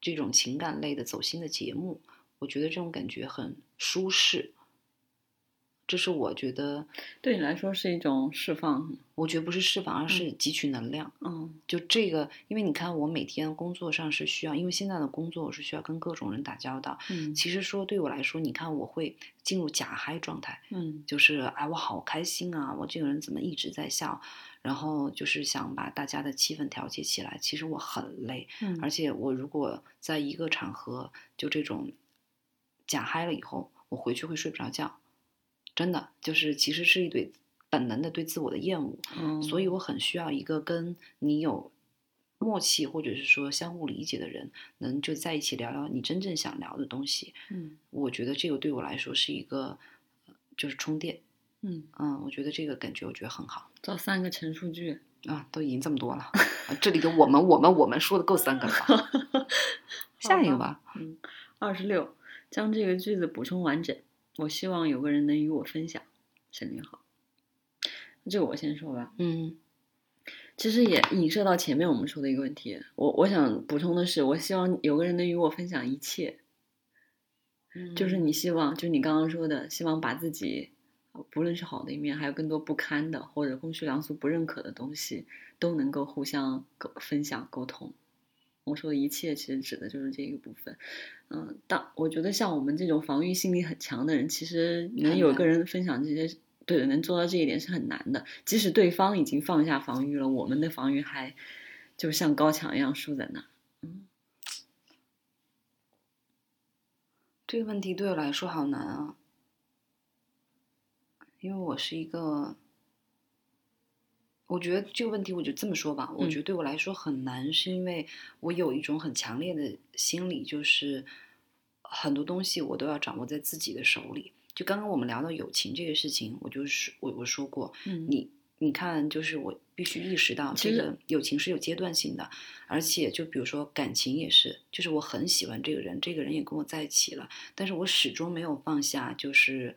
S1: 这种情感类的走心的节目，我觉得这种感觉很舒适。这是我觉得，
S2: 对你来说是一种释放。
S1: 我觉得不是释放，而是汲取能量。
S2: 嗯
S1: 就这个，因为你看，我每天工作上是需要，因为现在的工作我是需要跟各种人打交道，
S2: 嗯
S1: 其实说对我来说，你看我会进入假嗨状态，
S2: 嗯
S1: 就是哎，我好开心啊！我这个人怎么一直在笑？然后就是想把大家的气氛调节起来。其实我很累，
S2: 嗯
S1: 而且我如果在一个场合就这种假嗨了以后，我回去会睡不着觉，真的就是其实是一对本能的对自我的厌恶。
S2: 嗯
S1: 所以我很需要一个跟你有默契，或者是说相互理解的人，能就在一起聊聊你真正想聊的东西。
S2: 嗯
S1: 我觉得这个对我来说是一个，呃就是充电。
S2: 嗯，
S1: 嗯，我觉得这个感觉我觉得很好
S2: 造三个陈述句。
S1: 啊，都已经这么多了，啊这里有我们我们我们说的够三个了吧？ 下一个吧，
S2: 嗯，二十六，将这个句子补充完整。我希望有个人能与我分享。沈凌好，这个我先说吧。
S1: 嗯
S2: 其实也影射到前面我们说的一个问题。我我想补充的是，我希望有个人能与我分享一切，就是
S1: 嗯
S2: 你希望，就是你刚刚说的，希望把自己，呃不论是好的一面，还有更多不堪的或者公序良俗不认可的东西，都能够互相沟分享沟通。我说的一切其实指的就是这个部分。嗯，当我觉得像我们这种防御心理很强的人，其实能
S1: 很
S2: 有
S1: 难
S2: 个人分享这些。对的，能做到这一点是很难的。即使对方已经放下防御了，我们的防御还就像高墙一样竖在那儿。
S1: 这个问题对我来说好难啊，因为我是一个，我觉得这个问题我就这么说吧，我
S2: 嗯
S1: 觉得对我来说很难，是因为我有一种很强烈的心理，就是很多东西我都要掌握在自己的手里。就刚刚我们聊到友情这个事情，我就是我我说过，
S2: 嗯
S1: 你你看，就是我必须意识到，
S2: 其
S1: 这
S2: 实
S1: 个友情是有阶段性的，而且就比如说感情也是，就是我很喜欢这个人，这个人也跟我在一起了，但是我始终没有放下，就是。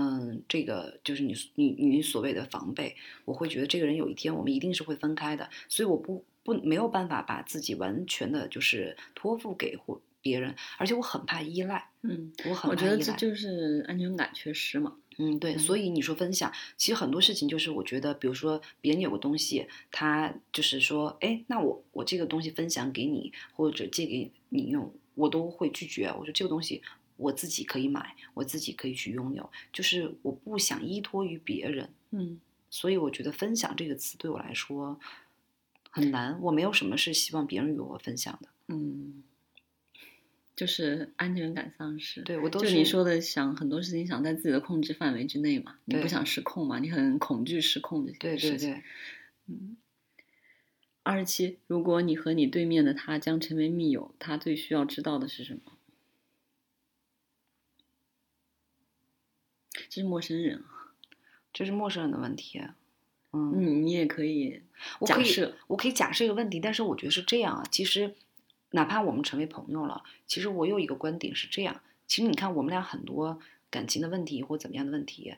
S1: 嗯，这个就是你你你所谓的防备，我会觉得这个人有一天我们一定是会分开的，所以我不不没有办法把自己完全的就是托付给或别人，而且我很怕依赖，
S2: 嗯，
S1: 我很
S2: 我
S1: 怕
S2: 觉得
S1: 依
S2: 这
S1: 赖
S2: 就是安全感缺失嘛。
S1: 嗯，对，
S2: 嗯
S1: 所以你说分享，其实很多事情就是我觉得，比如说别人有个东西，他就是说，哎，那我我这个东西分享给你，或者借给你用，我都会拒绝。我说这个东西我自己可以买，我自己可以去拥有，就是我不想依托于别人。
S2: 嗯
S1: 所以我觉得“分享”这个词对我来说很难，我没有什么是希望别人与我分享的。
S2: 嗯，就是安全感丧失。
S1: 对我都
S2: 就是你说的，想很多事情想在自己的控制范围之内嘛，你
S1: 对
S2: 不想失控嘛，你很恐惧失控这
S1: 对
S2: 些
S1: 对
S2: 事情。
S1: 对，
S2: 二十七，如果你和你对面的他将成为密友，他最需要知道的是什么？这是陌生人啊，
S1: 这是陌生人的问题。嗯
S2: 嗯，你也可以
S1: 我
S2: 假
S1: 可以
S2: 设，
S1: 我可以假设一个问题，但是我觉得是这样啊。其实，哪怕我们成为朋友了，其实我有一个观点是这样：其实你看，我们俩很多感情的问题或怎么样的问题，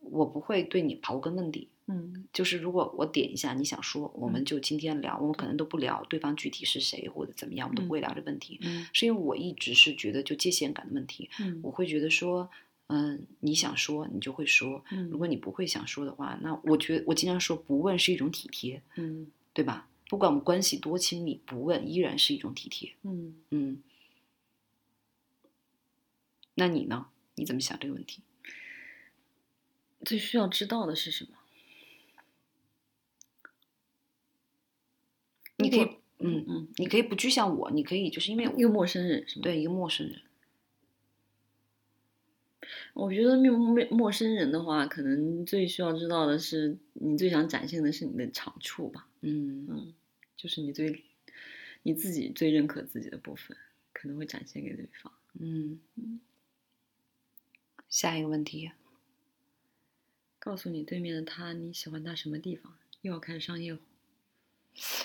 S1: 我不会对你刨根问底。
S2: 嗯
S1: 就是如果我点一下你想说，我们就今天聊，我们可能都不聊对方具体是谁或者怎么样，我们都不会聊这问题，
S2: 嗯
S1: 是因为我一直是觉得就界限感的问题，
S2: 嗯
S1: 我会觉得说，嗯，你想说你就会说，
S2: 嗯
S1: 如果你不会想说的话，那我觉得我经常说不问是一种体贴，
S2: 嗯
S1: 对吧？不管我们关系多亲密，不问依然是一种体贴。
S2: 嗯，
S1: 嗯，那你呢？你怎么想这个问题？
S2: 最需要知道的是什么？
S1: 你可
S2: 如
S1: 以
S2: 果，
S1: 嗯，
S2: 嗯，
S1: 你可以不具象我，你可以就是因为
S2: 一
S1: 我
S2: 个陌生人是吗？
S1: 对一个陌生人，
S2: 我觉得面陌陌生人的话，可能最需要知道的是，你最想展现的是你的长处吧，
S1: 嗯，
S2: 嗯，就是你最你自己最认可自己的部分，可能会展现给对方。
S1: 嗯，下一个问题，
S2: 告诉你对面的他你喜欢他什么地方，又要开始商业化。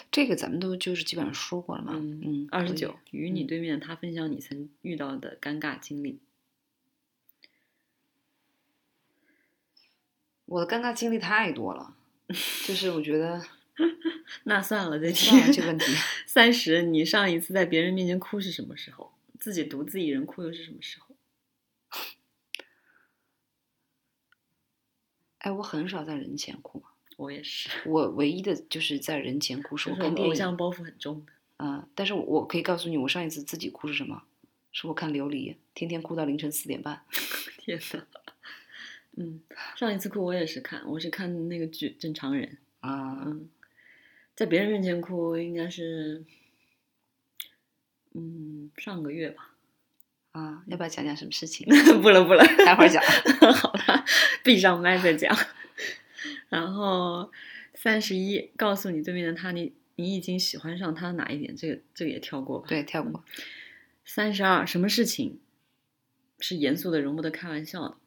S1: 这个咱们都就是基本上说过了嘛。
S2: 嗯
S1: 嗯，
S2: 二
S1: 所
S2: 十
S1: 以
S2: 九，与你
S1: 嗯
S2: 对面的他分享你曾遇到的尴尬经历。
S1: 我的尴尬经历太多了， 就是我觉 得
S2: 那算了，这题
S1: 算了这问题。
S2: 三十，你上一次在别人面前哭是什么时候？自己独自一人哭又是什么时候？
S1: 哎，我很少在人前哭，
S2: 我也是，
S1: 我唯一的就是在人前哭是
S2: 就
S1: 我
S2: 是我
S1: 看
S2: 们
S1: 电
S2: 偶
S1: 影
S2: 像包袱很重的。
S1: 啊、但是我我可以告诉你，我上一次自己哭是什么？是我看《琉璃》，天天哭到凌晨四点半。
S2: 天呐，嗯，上一次哭我也是看，我是看那个剧《正常人》。
S1: 啊、
S2: 嗯，在别人面前哭应该是，嗯，上个月吧。
S1: 啊！要不要讲讲什么事情？
S2: 不了不了，
S1: 待会儿 讲。
S2: 好吧，闭上麦再讲。然后三十一，告诉你对面的他，你你已经喜欢上他哪一点？这个这个也跳过吧。
S1: 对，跳过。
S2: 三十二，什么事情是严肃的、容不得开玩笑的？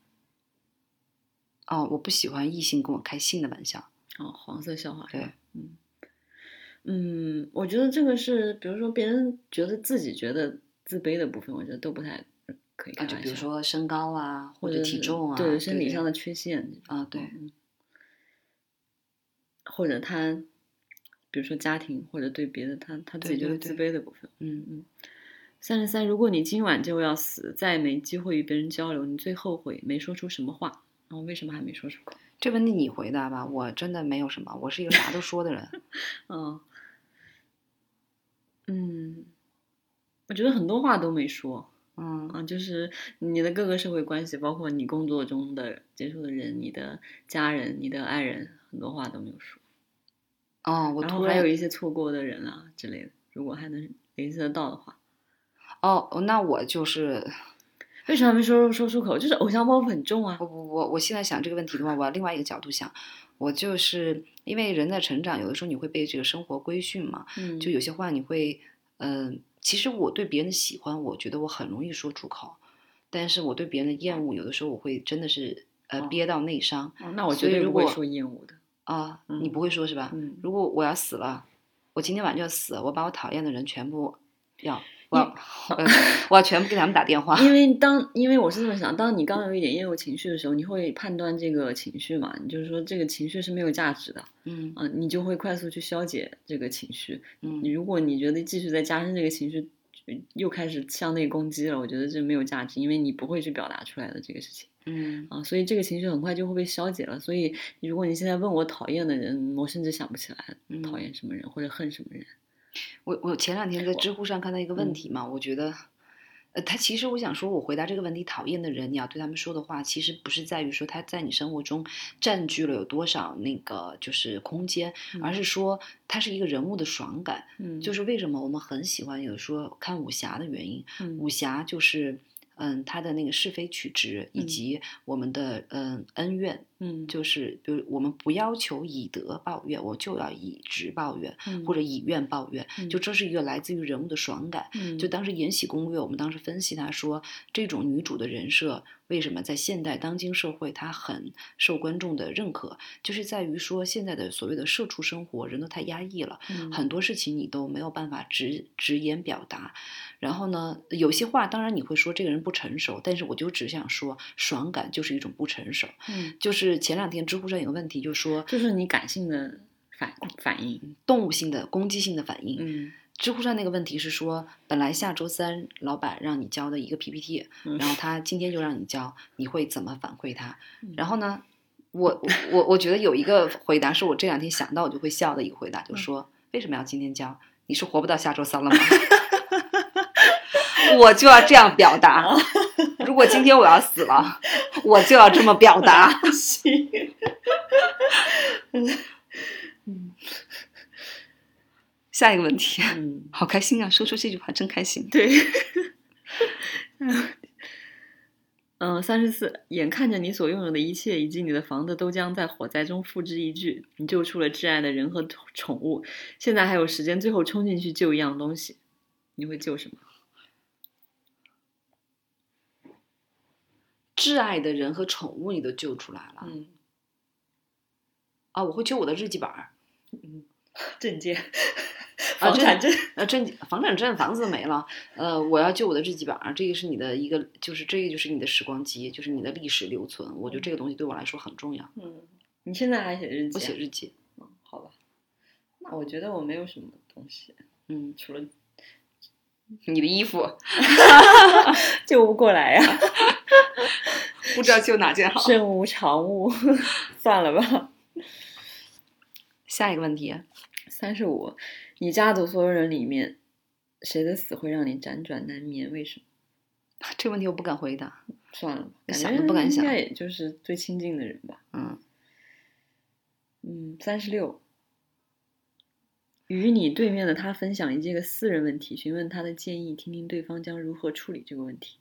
S1: 哦，我不喜欢异性跟我开性的玩笑。
S2: 哦，黄色笑话是
S1: 对
S2: 吧？嗯嗯，我觉得这个是，比如说别人觉得自己觉得自卑的部分，我觉得都不太可以开
S1: 啊，
S2: 玩
S1: 就
S2: 笑。
S1: 比如说身高啊，或者
S2: 者
S1: 体
S2: 是
S1: 重啊，
S2: 对生理上
S1: 的
S2: 的缺陷
S1: 啊，对，
S2: 嗯或者他，比如说家庭或者对别的他他自
S1: 对
S2: 己觉
S1: 对
S2: 得自
S1: 对
S2: 卑的部分。
S1: 嗯
S2: 三十三，如果你今晚就要死，再没机会与别人交流，你最后悔没说出什么话，然后为什么还没说出口？
S1: 这问题你回答吧，我真的没有什么，我是一个啥都说的人，
S2: 嗯，嗯，我觉得很多话都没说
S1: 嗯
S2: 啊，就是你的各个社会关系，包括你工作中的接触的人、你的家人、你的爱人，很多话都没有说。
S1: 哦，我
S2: 然
S1: 突
S2: 后还有
S1: 然
S2: 一些错过的人啊之类的，如果还能联系得到的话，
S1: 哦，那我就是
S2: 为什么还没说说出口？就是偶像包袱很重啊
S1: 我。我我我现在想这个问题的话，我要另外一个角度想，我就是因为人在成长，有的时候你会被这个生活规训嘛，
S2: 嗯，
S1: 就有些话你会，嗯、其实我对别人的喜欢，我觉得我很容易说出口，但是我对别人的厌恶，有的时候我会真的是呃
S2: 哦
S1: 憋到内伤
S2: 哦那我
S1: 所
S2: 绝
S1: 以
S2: 对
S1: 如
S2: 不会
S1: 果
S2: 说厌恶的。
S1: 啊，你
S2: 嗯
S1: 不会说是吧？
S2: 嗯，
S1: 如果我要死了，我今天晚上就要死，我把我讨厌的人全部要，我
S2: 因
S1: 要，我要我要全部给他们打电话。
S2: 啊因为当因为我是这么想，当你刚有一点厌恶情绪的时候，你会判断这个情绪嘛？你就是说这个情绪是没有价值的，
S1: 嗯
S2: 嗯、你就会快速去消解这个情绪。你
S1: 嗯
S2: 如果你觉得继续再加深这个情绪，呃又开始向内攻击了，我觉得这没有价值，因为你不会去表达出来的这个事情
S1: 嗯
S2: 啊、所以这个情绪很快就会被消解了。所以如果你现在问我讨厌的人，我甚至想不起来
S1: 嗯，
S2: 讨厌什么人或者恨什么人。哎嗯
S1: 我我前两天在知乎上看到一个问题嘛，我觉得呃，他其实我想说，我回答这个问题，讨厌的人，你要对他们说的话，其实不是在于说他在你生活中占据了有多少那个就是空间，
S2: 嗯
S1: 而是说他是一个人物的爽感。
S2: 嗯，
S1: 就是是为什么我们很喜欢有说看武侠的原因，
S2: 嗯
S1: 武侠就是嗯他的那个是非曲直，以
S2: 嗯
S1: 及我们的嗯恩怨，
S2: 嗯
S1: 就是比如我们不要求以德报怨，我就要以直报怨，
S2: 嗯
S1: 或者以怨报怨，就
S2: 嗯
S1: 这是一个来自于人物的爽感。
S2: 嗯
S1: 就当时《延禧攻略》，我们当时分析，她说这种女主的人设为什么在现代当今社会她很受观众的认可，就是在于说现在的所谓的社畜生活，人都太压抑了，
S2: 嗯
S1: 很多事情你都没有办法直直言表达。然后呢，有些话当然你会说这个人不成熟，但是我就只想说，爽感就是一种不成熟。
S2: 嗯
S1: 就是前两天知乎上有个问题，就说
S2: 就是你感性的反反应，
S1: 动物性的攻击性的反应，
S2: 嗯
S1: 知乎上那个问题是说，本来下周三老板让你交的一个 PPT，
S2: 嗯
S1: 然后他今天就让你交，你会怎么反馈他
S2: 嗯？
S1: 然后呢，我我我觉得有一个回答是我这两天想到我就会笑的一个回
S2: 嗯
S1: 答，就说为什么要今天交？你是活不到下周三了吗？ 我就要这样表
S2: 哦
S1: 达。如果今天我要死了，我就要这么表 达。
S2: 行，
S1: 嗯下一个问题，
S2: 嗯。
S1: 好开心啊！说出这句话真开心。
S2: 对，嗯，三十四，眼看着你所拥有的一切以及你的房子都将在火灾中付之一炬，你救出了挚爱的人和宠宠物，现在还有时间最后冲进去救一样东西，你会救什么？
S1: 挚爱的人和宠物你都救出来了。
S2: 嗯，
S1: 啊，我会救我的日记本儿，
S2: 证件，
S1: 啊
S2: 房产
S1: 这
S2: 证，
S1: 呃，证房产证房子没了，呃，我要救我的日记本儿，这个是你的一个，就是这个就是你的时光机，就是你的历史留存，我觉得这个东西对我来说很重要。
S2: 嗯，你现在还写日记、
S1: 我
S2: 啊？
S1: 写日记，
S2: 嗯，好吧。那我觉得我没有什么东西，
S1: 嗯，
S2: 除了
S1: 你的衣服
S2: 救不过来呀、啊
S1: 不知道救哪件好。
S2: 身无长物， 算了吧。
S1: 下一个问题，啊
S2: 三十五，你家族所有人里面，谁的死会让你辗转难眠？为什么？
S1: 这个问题我不敢回答。
S2: 算了吧，感
S1: 想
S2: 觉
S1: 都不敢想
S2: 应该也就是最亲近的人吧。
S1: 嗯，
S2: 嗯，三十六，与你对面的他分享一这个私人问题，询问他的建议，听听对方将如何处理这个问题。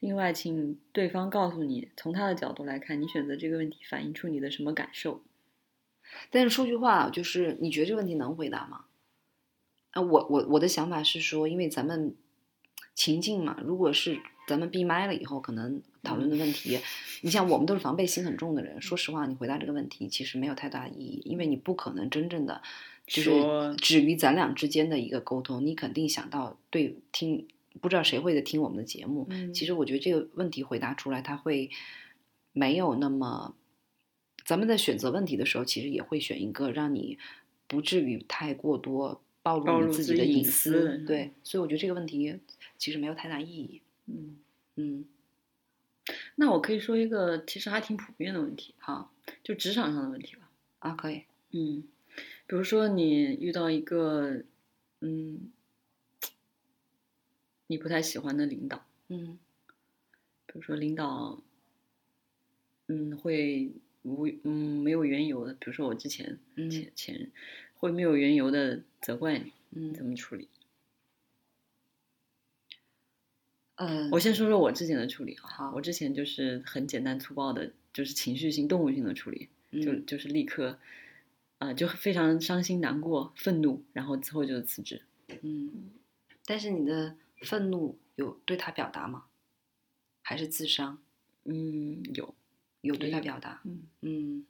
S2: 另外，请对方告诉你，从他的角度来看，你选择这个问题反映出你的什么感受？
S1: 但是说句话，就是你觉得这个问题能回答吗？啊，我我我的想法是说，因为咱们情境嘛，如果是咱们闭麦了以后，可能讨论的问题，你像我们都是防备心很重的人，说实话，你回答这个问题其实没有太大意义，因为你不可能真正的就是
S2: 说
S1: 止于咱俩之间的一个沟通，你肯定想到对听不知道谁会的听我们的节目，
S2: 嗯
S1: 其实我觉得这个问题回答出来，他会没有那么，咱们在选择问题的时候，其实也会选一个让你不至于太过多暴
S2: 暴
S1: 露你
S2: 露
S1: 自
S2: 自
S1: 己的
S2: 己
S1: 隐
S2: 隐私嗯的
S1: 私。
S2: 是
S1: 对
S2: 吧，
S1: 所以我觉得这个问题其实没有太大意义。
S2: 嗯，
S1: 嗯，
S2: 那我可以说一个其实还挺普遍的问题，
S1: 好
S2: 就职场上的问题吧。
S1: 啊，可以。
S2: 嗯，比如说你遇到一个，嗯，你不太喜欢的领导，
S1: 嗯
S2: 比如说领导，嗯，会无嗯没有缘由的，比如说我之前
S1: 嗯
S2: 前前任会没有缘由的责怪你，你怎
S1: 嗯
S2: 么处理？
S1: 嗯，呃
S2: 我先说说我之前的处理啊
S1: 好，
S2: 我之前就是很简单粗暴的，就是情绪性、动物性的处理，就
S1: 嗯
S2: 就是立刻，啊，就非常伤心、难过、愤怒，然后之后就辞职。
S1: 嗯，但是你的愤怒有对他表达吗？还是自伤？
S2: 嗯，有，
S1: 有对
S2: 也
S1: 他
S2: 有
S1: 表达？
S2: 嗯。
S1: 嗯，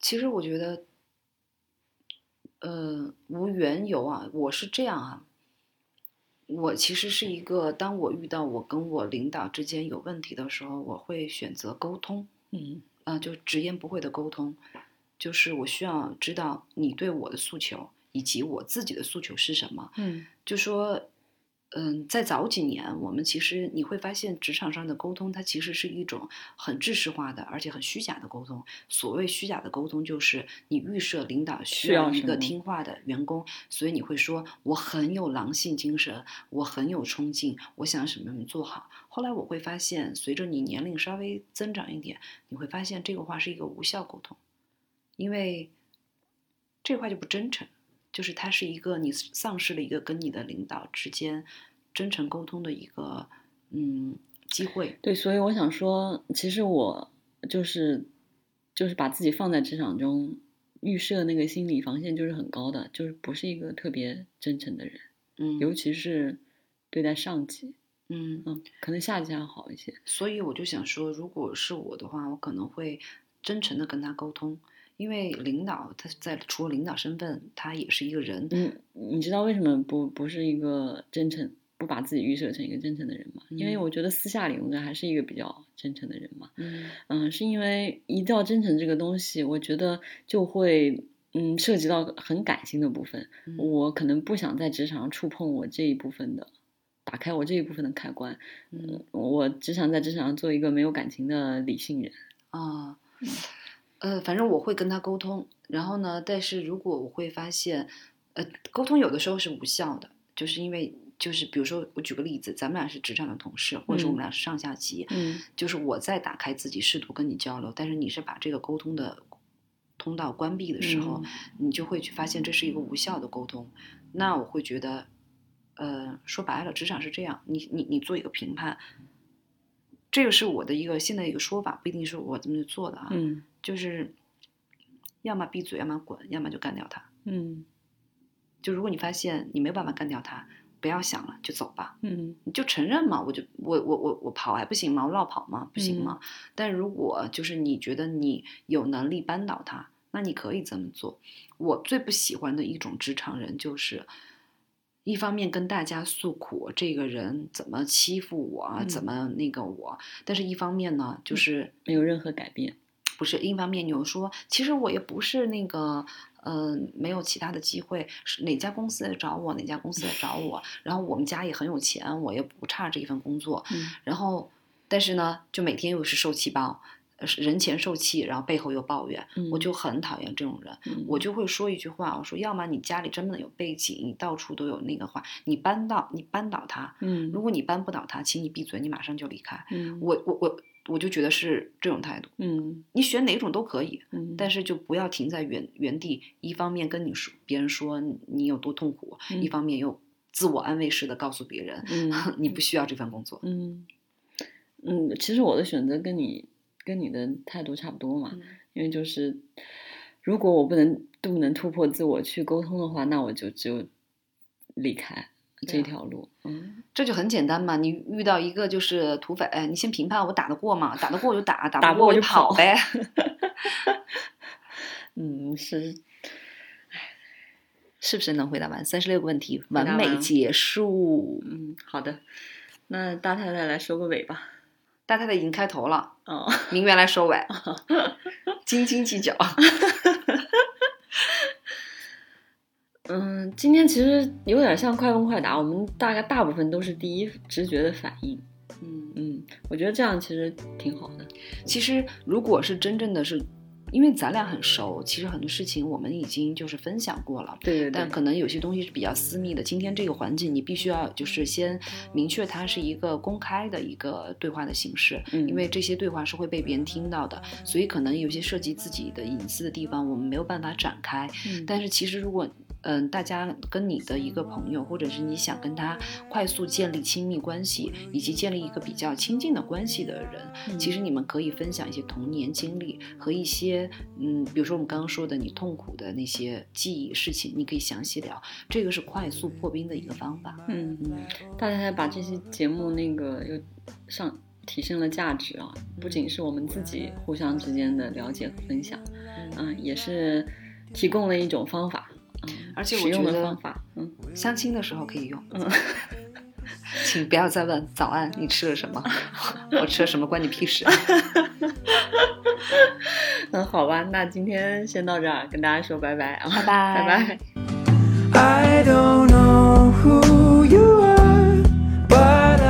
S1: 其实我觉得，呃，无缘由啊，我是这样啊，我其实是一个，当我遇到我跟我领导之间有问题的时候，我会选择沟通，
S2: 嗯
S1: 啊、就直言不讳的沟通，就是我需要知道你对我的诉求以及我自己的诉求是什么，
S2: 嗯
S1: 就说嗯，在早几年，我们其实你会发现，职场上的沟通它其实是一种很知识化的，而且很虚假的沟通。所谓虚假的沟通，就是你预设领导需
S2: 需要
S1: 要一
S2: 什
S1: 个
S2: 么
S1: 听话的员工，所以你会说我很有狼性精神，我很有冲劲，我想什么什么做好。后来我会发现，随着你年龄稍微增长一点，你会发现这个话是一个无效沟通，因为这话就不真诚。就是它是一个你丧失了一个跟你的领导之间真诚沟通的一个嗯机会。
S2: 对，所以我想说，其实我就是就是把自己放在职场中，预设那个心理防线就是很高的，就是不是一个特别真诚的人，
S1: 嗯，
S2: 尤其是对待上级，
S1: 嗯，
S2: 嗯，可能下级还好一些。
S1: 所以我就想说，如果是我的话，我可能会真诚的跟他沟通，因为领导他在除了领导身份，他也是一个人。
S2: 嗯，你知道为什么不不是一个真诚，不把自己预设成一个真诚的人吗？因为
S1: 嗯
S2: 我觉得私下里我还是一个比较真诚的人嘛。
S1: 嗯
S2: 嗯，是因为一到真诚这个东西，我觉得就会嗯涉及到很感性的部分，
S1: 嗯
S2: 我可能不想在职场上触碰我这一部分的，打开我这一部分的开关，
S1: 嗯
S2: 我只想在职场上做一个没有感情的理性人。
S1: 啊。呃，反正我会跟他沟通，然后呢，但是如果我会发现，呃，沟通有的时候是无效的，就是因为就是比如说我举个例子，咱们俩是职场的同事，或者是我们俩是上下级，
S2: 嗯
S1: 就是我在打开自己，试图跟你交流，但是你是把这个沟通的通道关闭的时候，你就会去发现这是一个无效的沟通。那我会觉得，呃，说白了，职场是这样，你你你做一个评判，这个是我的一个现在一个说法，不一定是我这么去做的啊，
S2: 嗯
S1: 就是要么闭嘴，要么滚，要么就干掉他。
S2: 嗯
S1: 就如果你发现你没有办法干掉他，不要想了，就走吧。
S2: 嗯
S1: 你就承认嘛，我就我我我我跑还不行吗？我绕跑吗？不行吗？但如果就是你觉得你有能力扳倒他，那你可以这么做。我最不喜欢的一种职场人就是。一方面跟大家诉苦，这个人怎么欺负我，啊
S2: 嗯
S1: 怎么那个我；但是一方面呢，就是
S2: 没有任何改变。
S1: 不是一方面你又说，其实我也不是那个，呃，没有其他的机会，是哪家公司来找我，哪家公司来找 我，然后我们家也很有钱，我也不差这一份工作，
S2: 嗯
S1: 然后但是呢，就每天又是受气包，呃是人前受气，然后背后又抱怨，
S2: 嗯
S1: 我就很讨厌这种人，
S2: 嗯
S1: 我就会说一句话，我说，要么你家里真的有背景，你到处都有那个话，你扳倒你扳倒他，
S2: 嗯
S1: 如果你扳不倒他，请你闭嘴，你马上就离开，
S2: 嗯
S1: 我我我我就觉得是这种态度。
S2: 嗯
S1: 你选哪种都可以，
S2: 嗯，
S1: 但是就不要停在原原地。一方面跟你说别人说你有多痛苦，
S2: 嗯
S1: 一方面又自我安慰式的告诉别人、
S2: 嗯
S1: 你不需要这份工作。
S2: 嗯，嗯，其实我的选择跟你跟你的态度差不多
S1: 嗯
S2: 嘛，因为就是如果我不能不能突破自我去沟通的话，那我就只有离开
S1: 对
S2: 这
S1: 啊
S2: 条路。嗯，
S1: 这就很简单嘛。你遇到一个就是土匪，哎，你先评判我打得过吗？打得过我就打，打
S2: 打
S1: 不
S2: 不
S1: 过
S2: 过
S1: 我
S2: 就
S1: 跑
S2: 跑
S1: 呗。
S2: 嗯，是，
S1: 是不是能回答完三十六个问题，
S2: 答
S1: 完美
S2: 完
S1: 结束？
S2: 嗯，好的。那大太太来收个尾吧。
S1: 大太太已经开头了，
S2: 哦，
S1: 明媛来收 尾，斤斤计较。
S2: 嗯，今天其实有点像快问快答，我们大概大部分都是第一直觉的反应。
S1: 嗯。
S2: 嗯，我觉得这样其实挺好的。
S1: 其实，如果是真正的是，因为咱俩很熟，其实很多事情我们已经就是分享过了。
S2: 对对对
S1: 但，可能有些东西是比较私密的。今天这个环境，你必须要就是先明确它是一个公开的一个对话的形式，
S2: 嗯
S1: 因为这些对话是会被别人听到的，所以可能有些涉及自己的隐私的地方，我们没有办法展开。
S2: 嗯
S1: 但是其实如果嗯，大家跟你的一个朋友，或者是你想跟他快速建立亲密关系，以及建立一个比较亲近的关系的人，
S2: 嗯
S1: 其实你们可以分享一些童年经历和一些嗯，比如说我们刚刚说的你痛苦的那些记忆事情，你可以详细聊，这个是快速破冰的一个方法。
S2: 嗯。
S1: 嗯，
S2: 大家还把这
S1: 哦
S2: 期节目那个又上提升了价值啊，不仅是我们自己互相之间的了解和分享，嗯、也是提供了一种方法，嗯，
S1: 而且我
S2: 实用
S1: 觉
S2: 的
S1: 得
S2: 方法，嗯
S1: 相亲的时候可以用，
S2: 嗯，
S1: 请不要再问早安你吃了什么， 我吃了什么关你屁事。
S2: 那好吧，那今天先到这儿，跟大家说拜拜啊，
S1: 拜拜
S2: 拜拜。
S3: I don't know who you are.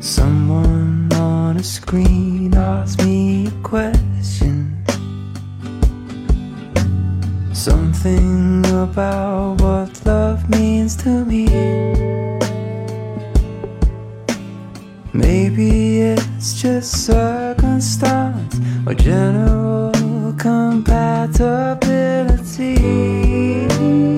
S4: Someone on a screen asked me a question. Something about what love means to me. Maybe it's just circumstance or general compatibility.